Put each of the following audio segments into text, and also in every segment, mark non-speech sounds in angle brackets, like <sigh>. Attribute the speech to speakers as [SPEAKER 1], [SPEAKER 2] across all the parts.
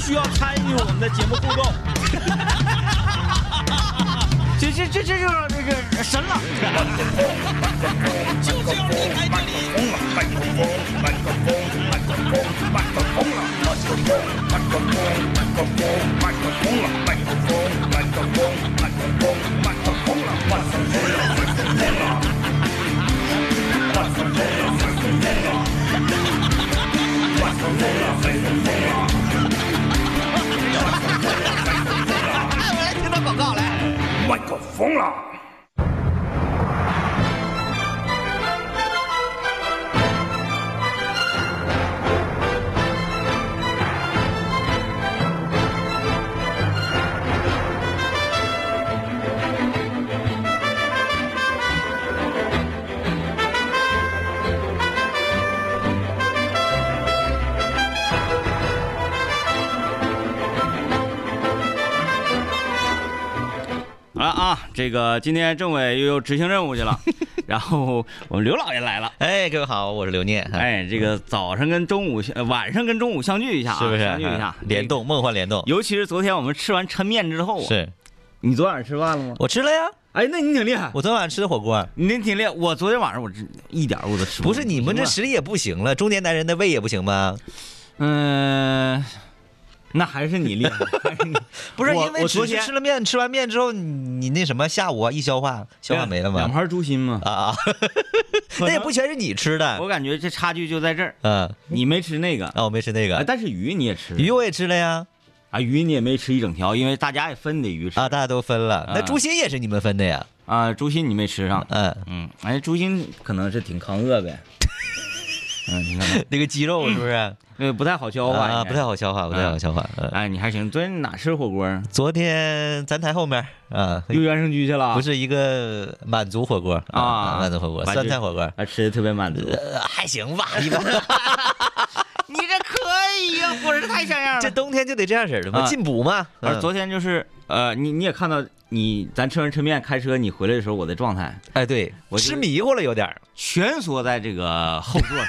[SPEAKER 1] 需要参与我们的节目互动。
[SPEAKER 2] 这这这这就是这个神了。
[SPEAKER 1] 就是要离开这里。
[SPEAKER 2] 哎，我来听段广告来。
[SPEAKER 3] 麦克风了。
[SPEAKER 1] 好了啊，这个今天政委又有执行任务 <laughs> 去了，然后我们刘老爷来了。
[SPEAKER 2] 哎，各位好，我是刘念。哎，
[SPEAKER 1] 哎，这个早上跟中午相、呃晚上跟中午相聚一下啊，
[SPEAKER 2] 是不是
[SPEAKER 1] 相聚一下，哎
[SPEAKER 2] 联动梦幻联动？
[SPEAKER 1] 尤其是昨天我们吃完抻面之后啊，
[SPEAKER 2] 是
[SPEAKER 1] 你昨晚吃饭了吗？
[SPEAKER 2] 我吃了呀，
[SPEAKER 1] 哎，那你挺厉害，
[SPEAKER 2] 我昨晚吃的火锅。
[SPEAKER 1] 你那挺厉害。我昨天晚上我这一点儿我都吃
[SPEAKER 2] 不
[SPEAKER 1] 了
[SPEAKER 2] 是你们这，实力也不行了，中年男人的胃也不行吗？
[SPEAKER 1] 嗯、那还是你厉 <laughs> 害，还是你
[SPEAKER 2] 不是
[SPEAKER 1] 我
[SPEAKER 2] 因为
[SPEAKER 1] 我
[SPEAKER 2] 只
[SPEAKER 1] 昨
[SPEAKER 2] 是
[SPEAKER 1] 天
[SPEAKER 2] 吃了面，吃完面之后，你那什么下午啊一消化，消化没了
[SPEAKER 1] 两
[SPEAKER 2] 吗？
[SPEAKER 1] 盘猪心嘛，<laughs>
[SPEAKER 2] 啊啊，那也不全是你吃的
[SPEAKER 1] 我。感觉这差距就在这儿，
[SPEAKER 2] 嗯，
[SPEAKER 1] 你没吃那个，
[SPEAKER 2] 啊，我没吃那
[SPEAKER 1] 啊
[SPEAKER 2] 个
[SPEAKER 1] 但是鱼你也吃，
[SPEAKER 2] 鱼，我也吃了呀。
[SPEAKER 1] 啊鱼你也没吃一整条，因为大家也分你的鱼吃
[SPEAKER 2] 啊，大家都分了，那
[SPEAKER 1] 啊
[SPEAKER 2] 猪心也是你们分的呀。
[SPEAKER 1] 啊，猪心你没吃上，
[SPEAKER 2] 嗯，
[SPEAKER 1] 嗯，哎，猪心可能是挺抗饿
[SPEAKER 2] <laughs>
[SPEAKER 1] 呗，嗯，你看看
[SPEAKER 2] 那个鸡肉是不是啊？
[SPEAKER 1] 呃不太好消化，应该
[SPEAKER 2] 不太。好消化，不太好消化。嗯
[SPEAKER 1] 哎，你还行，昨天哪吃火锅啊？
[SPEAKER 2] 昨天咱台后面啊，
[SPEAKER 1] 又原生居去了，
[SPEAKER 2] 不是一个满族火锅
[SPEAKER 1] 啊
[SPEAKER 2] 满族火锅，
[SPEAKER 1] 满
[SPEAKER 2] 酸
[SPEAKER 1] 族
[SPEAKER 2] 菜火锅，
[SPEAKER 1] 啊，吃的特别满足。
[SPEAKER 2] 呃，还行吧， <laughs> 一般。
[SPEAKER 1] 你这可以呀、伙食太像样
[SPEAKER 2] 这。冬天就得这样式儿的嘛，
[SPEAKER 1] 啊
[SPEAKER 2] 进补嘛。
[SPEAKER 1] 而
[SPEAKER 2] 嗯
[SPEAKER 1] 昨天就是呃，你你也看到你咱吃完抻面开车你回来的时候我的状态，
[SPEAKER 2] 哎，对，
[SPEAKER 1] 我就
[SPEAKER 2] 吃迷糊了有点儿
[SPEAKER 1] 蜷缩在这个后
[SPEAKER 2] <laughs>
[SPEAKER 1] 座上，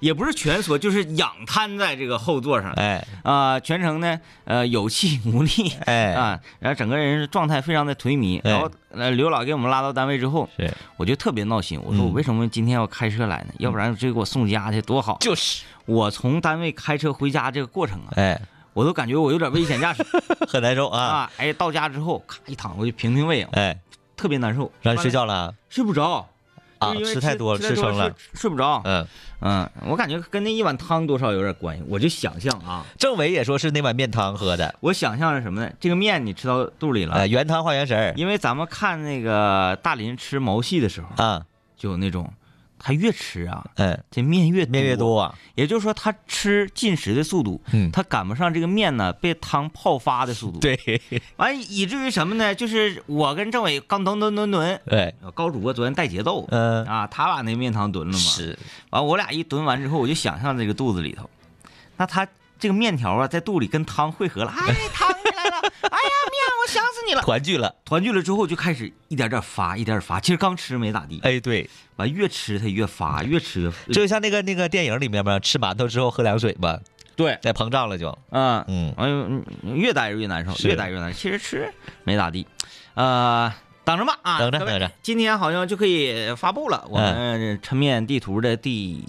[SPEAKER 1] 也不是蜷缩，就是仰瘫在这个后座上。
[SPEAKER 2] 哎
[SPEAKER 1] 啊、全程呢，呃，有气无力，
[SPEAKER 2] 哎
[SPEAKER 1] 啊，然后整个人状态非常的颓靡。
[SPEAKER 2] 哎
[SPEAKER 1] 然后，呃，刘老给我们拉到单位之后，
[SPEAKER 2] 是
[SPEAKER 1] 我就特别闹心，我说
[SPEAKER 2] 嗯
[SPEAKER 1] 我为什么今天要开车来呢？要不然这给我送家去多好。
[SPEAKER 2] 就是，
[SPEAKER 1] 我从单位开车回家这个过程啊，
[SPEAKER 2] 哎，
[SPEAKER 1] 我都感觉我有点危险驾驶
[SPEAKER 2] 很难受啊，
[SPEAKER 1] 啊！哎，到家之后咔一躺，我就平平胃，
[SPEAKER 2] 哎，
[SPEAKER 1] 特别难受，
[SPEAKER 2] 让你睡觉了啊
[SPEAKER 1] 睡不着
[SPEAKER 2] 啊，
[SPEAKER 1] 就是因为
[SPEAKER 2] 吃太多了，
[SPEAKER 1] 吃太
[SPEAKER 2] 撑了，，
[SPEAKER 1] 睡睡不着。
[SPEAKER 2] 嗯，
[SPEAKER 1] 嗯，我感觉跟那一碗汤多少有点关系。我就想象啊，
[SPEAKER 2] 政委也说是那碗面汤喝的，
[SPEAKER 1] 我想象是什么呢？这个面你吃到肚里了
[SPEAKER 2] 哎，，原汤化原食儿
[SPEAKER 1] 因为咱们看那个大林吃毛细的时候，
[SPEAKER 2] 啊，
[SPEAKER 1] 就有那种，他越吃啊，
[SPEAKER 2] 嗯，
[SPEAKER 1] 这面越
[SPEAKER 2] 面越，多啊，
[SPEAKER 1] 也就是说他吃进食的速度，
[SPEAKER 2] 嗯
[SPEAKER 1] 他赶不上这个面呢被汤泡发的速度。，
[SPEAKER 2] <laughs> 对，
[SPEAKER 1] 完以至于什么呢？就是我跟政委刚蹲蹲蹲蹲，
[SPEAKER 2] 哎，
[SPEAKER 1] 高主播昨天带节奏，
[SPEAKER 2] 嗯，
[SPEAKER 1] 啊，他把那面汤蹲了嘛，
[SPEAKER 2] 是，
[SPEAKER 1] 完我俩一蹲完之后，我就想象这个肚子里头，那他。这个面条啊，在肚里跟汤汇合了，哎，汤起来了，哎呀，面，我想死你了。
[SPEAKER 2] 团聚了，
[SPEAKER 1] 团聚了之后就开始一点点发，一点点发。其实刚吃没咋地，
[SPEAKER 2] 哎，对，
[SPEAKER 1] 完越吃它越发，越吃呃越
[SPEAKER 2] 这就像那个那个电影里面嘛，吃馒头之后喝凉水嘛，
[SPEAKER 1] 对，
[SPEAKER 2] 哎，膨胀了就，
[SPEAKER 1] 嗯
[SPEAKER 2] 嗯，
[SPEAKER 1] 哎呦，嗯越待着越难受，
[SPEAKER 2] 是
[SPEAKER 1] 越待着越难受。其实吃没咋地，呃，等着吧啊，
[SPEAKER 2] 等着嗯
[SPEAKER 1] 各位
[SPEAKER 2] 等着，
[SPEAKER 1] 今天好像就可以发布了，我们抻面地图的第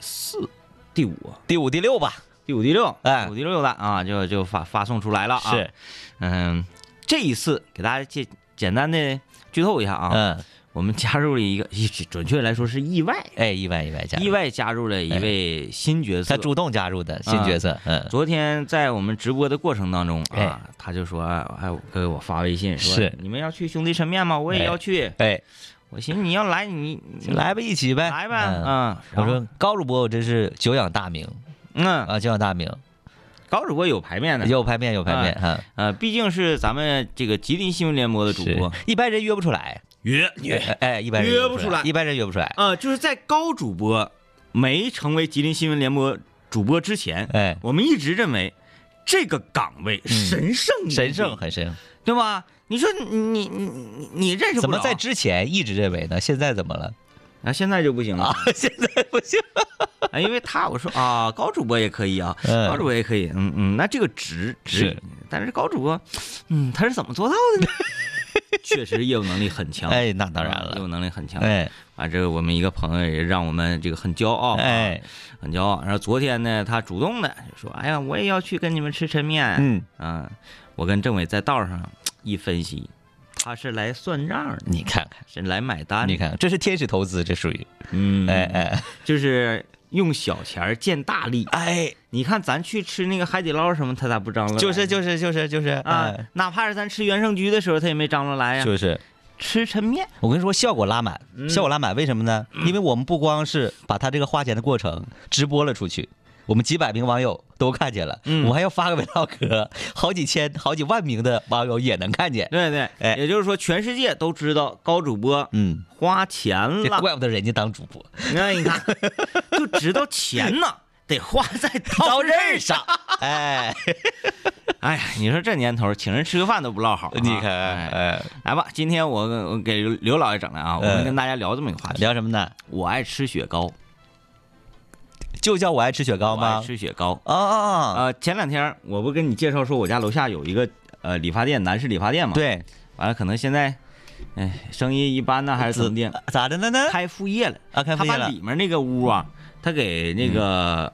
[SPEAKER 1] 四、第五、啊
[SPEAKER 2] 第五第六吧，
[SPEAKER 1] 第五、第六，
[SPEAKER 2] 哎
[SPEAKER 1] 第五、第六的啊，就就发发送出来了啊。
[SPEAKER 2] 是，，
[SPEAKER 1] 嗯，这一次给大家简简单的剧透一下啊，
[SPEAKER 2] 嗯，
[SPEAKER 1] 我们加入了一个，准确来说是意外。
[SPEAKER 2] 哎，意外意外加入
[SPEAKER 1] 意，外加入了一位新角色。
[SPEAKER 2] 哎
[SPEAKER 1] 呃
[SPEAKER 2] 他主动加入的新角色，嗯，
[SPEAKER 1] 昨天在我们直播的过程当中
[SPEAKER 2] 哎
[SPEAKER 1] 啊，他就说：“哎，我给我发微信说
[SPEAKER 2] 是
[SPEAKER 1] 你们要去兄弟抻面吗？我也
[SPEAKER 2] 哎
[SPEAKER 1] 要去。
[SPEAKER 2] 哎，”
[SPEAKER 1] 我寻思你要来，你你
[SPEAKER 2] 来吧，一起呗，
[SPEAKER 1] 来吧，
[SPEAKER 2] 嗯
[SPEAKER 1] 嗯，
[SPEAKER 2] 我
[SPEAKER 1] 然后
[SPEAKER 2] 说高主播，我真是久仰大名
[SPEAKER 1] 嗯，
[SPEAKER 2] 啊，久仰大名，
[SPEAKER 1] 高主播有排面的，
[SPEAKER 2] 有排面有排面哈，
[SPEAKER 1] 呃，毕竟是咱们这个吉林新闻联播的主
[SPEAKER 2] 是
[SPEAKER 1] 播，
[SPEAKER 2] 一般人约不出来，
[SPEAKER 1] 约
[SPEAKER 2] 哎哎，一般人
[SPEAKER 1] 约
[SPEAKER 2] 不
[SPEAKER 1] 不出来
[SPEAKER 2] 一般人约不出来，
[SPEAKER 1] 啊，就是在高主播没成为吉林新闻联播主播之前，
[SPEAKER 2] 哎，嗯
[SPEAKER 1] 我们一直认为这个岗位神圣无比
[SPEAKER 2] 神圣很神，
[SPEAKER 1] 对吧？你说你你你你你认识
[SPEAKER 2] 怎
[SPEAKER 1] 不
[SPEAKER 2] 么
[SPEAKER 1] 了
[SPEAKER 2] 在之前一直认为呢？现在怎么了？
[SPEAKER 1] 然后现在就不行了
[SPEAKER 2] 啊， <laughs> 现在不行，
[SPEAKER 1] 哎，因为他我说啊，高主播也可以啊，
[SPEAKER 2] 嗯
[SPEAKER 1] 高主播也可以，嗯嗯，那这个值值
[SPEAKER 2] 是，
[SPEAKER 1] 但是高主播，嗯，他是怎么做到的呢？ <laughs> 确实业务能力很强，
[SPEAKER 2] 哎，那当然
[SPEAKER 1] 啊业务
[SPEAKER 2] 了，
[SPEAKER 1] 能力很强。
[SPEAKER 2] 哎
[SPEAKER 1] 啊，这个我们一个朋友也让我们这个很骄傲，，啊
[SPEAKER 2] 哎，
[SPEAKER 1] 很骄傲。然后昨天呢，他主动的就说，哎呀，我也要去跟你们吃抻面，
[SPEAKER 2] 嗯，
[SPEAKER 1] 啊，我跟政委在道上一分析，他是来算账的，
[SPEAKER 2] 你看看，
[SPEAKER 1] 是来买单
[SPEAKER 2] 你
[SPEAKER 1] 的，
[SPEAKER 2] 看，这是天使投资，这属于，
[SPEAKER 1] 啊嗯，
[SPEAKER 2] 哎，哎
[SPEAKER 1] 就是用小钱儿见大利。
[SPEAKER 2] 哎，
[SPEAKER 1] 你看咱去吃那个海底捞什么，他咋不张罗来呢？
[SPEAKER 2] 就是就是就是就是
[SPEAKER 1] 嗯啊
[SPEAKER 2] 哎，，
[SPEAKER 1] 哪怕是咱吃原生居的时候，他也没张罗来呀。嗯
[SPEAKER 2] 就是。
[SPEAKER 1] 吃抻面，
[SPEAKER 2] 我跟你说，效果拉满，效果拉满，为什么呢？
[SPEAKER 1] 嗯
[SPEAKER 2] 因为我们不光是把他这个花钱的过程直播了出去，我们几百名网友都看见了，
[SPEAKER 1] 嗯
[SPEAKER 2] 我们还要发个 vlog，好几千、好几万名的网友也能看见。
[SPEAKER 1] 对对，
[SPEAKER 2] 哎
[SPEAKER 1] 也就是说全世界都知道高主播
[SPEAKER 2] 嗯，
[SPEAKER 1] 花钱
[SPEAKER 2] 这
[SPEAKER 1] 了，
[SPEAKER 2] 怪不得人家当主
[SPEAKER 1] <laughs>
[SPEAKER 2] 播，
[SPEAKER 1] 那你
[SPEAKER 2] <laughs>
[SPEAKER 1] 看，就知道钱呢得花在刀
[SPEAKER 2] 到
[SPEAKER 1] 刃儿
[SPEAKER 2] 刃
[SPEAKER 1] 上。
[SPEAKER 2] 上，
[SPEAKER 1] <laughs>
[SPEAKER 2] 哎，
[SPEAKER 1] 哎呀，你说这年头儿请人吃个饭都不落好啊、
[SPEAKER 2] 你看，
[SPEAKER 1] 哎
[SPEAKER 2] 哎，
[SPEAKER 1] 来吧，今天我我给刘刘老爷整来啊，我们
[SPEAKER 2] 嗯
[SPEAKER 1] 跟大家聊这么一个话题。
[SPEAKER 2] 聊什么呢？
[SPEAKER 1] 我爱吃雪糕，
[SPEAKER 2] 就叫我爱吃雪糕
[SPEAKER 1] 我爱
[SPEAKER 2] 吗？
[SPEAKER 1] 吃雪糕。
[SPEAKER 2] 哦哦，哦
[SPEAKER 1] 呃，前两天儿我不跟你介绍说我家楼下有一个呃理发店，男士理发店嘛。。
[SPEAKER 2] 对，
[SPEAKER 1] 完了，可能现在，哎，生意一般呢，还是怎么的？
[SPEAKER 2] 咋的了呢？
[SPEAKER 1] 开副业了，
[SPEAKER 2] 啊，
[SPEAKER 1] 他
[SPEAKER 2] 开副业
[SPEAKER 1] 把
[SPEAKER 2] 了，嗯
[SPEAKER 1] 里面那个屋啊，他给那个，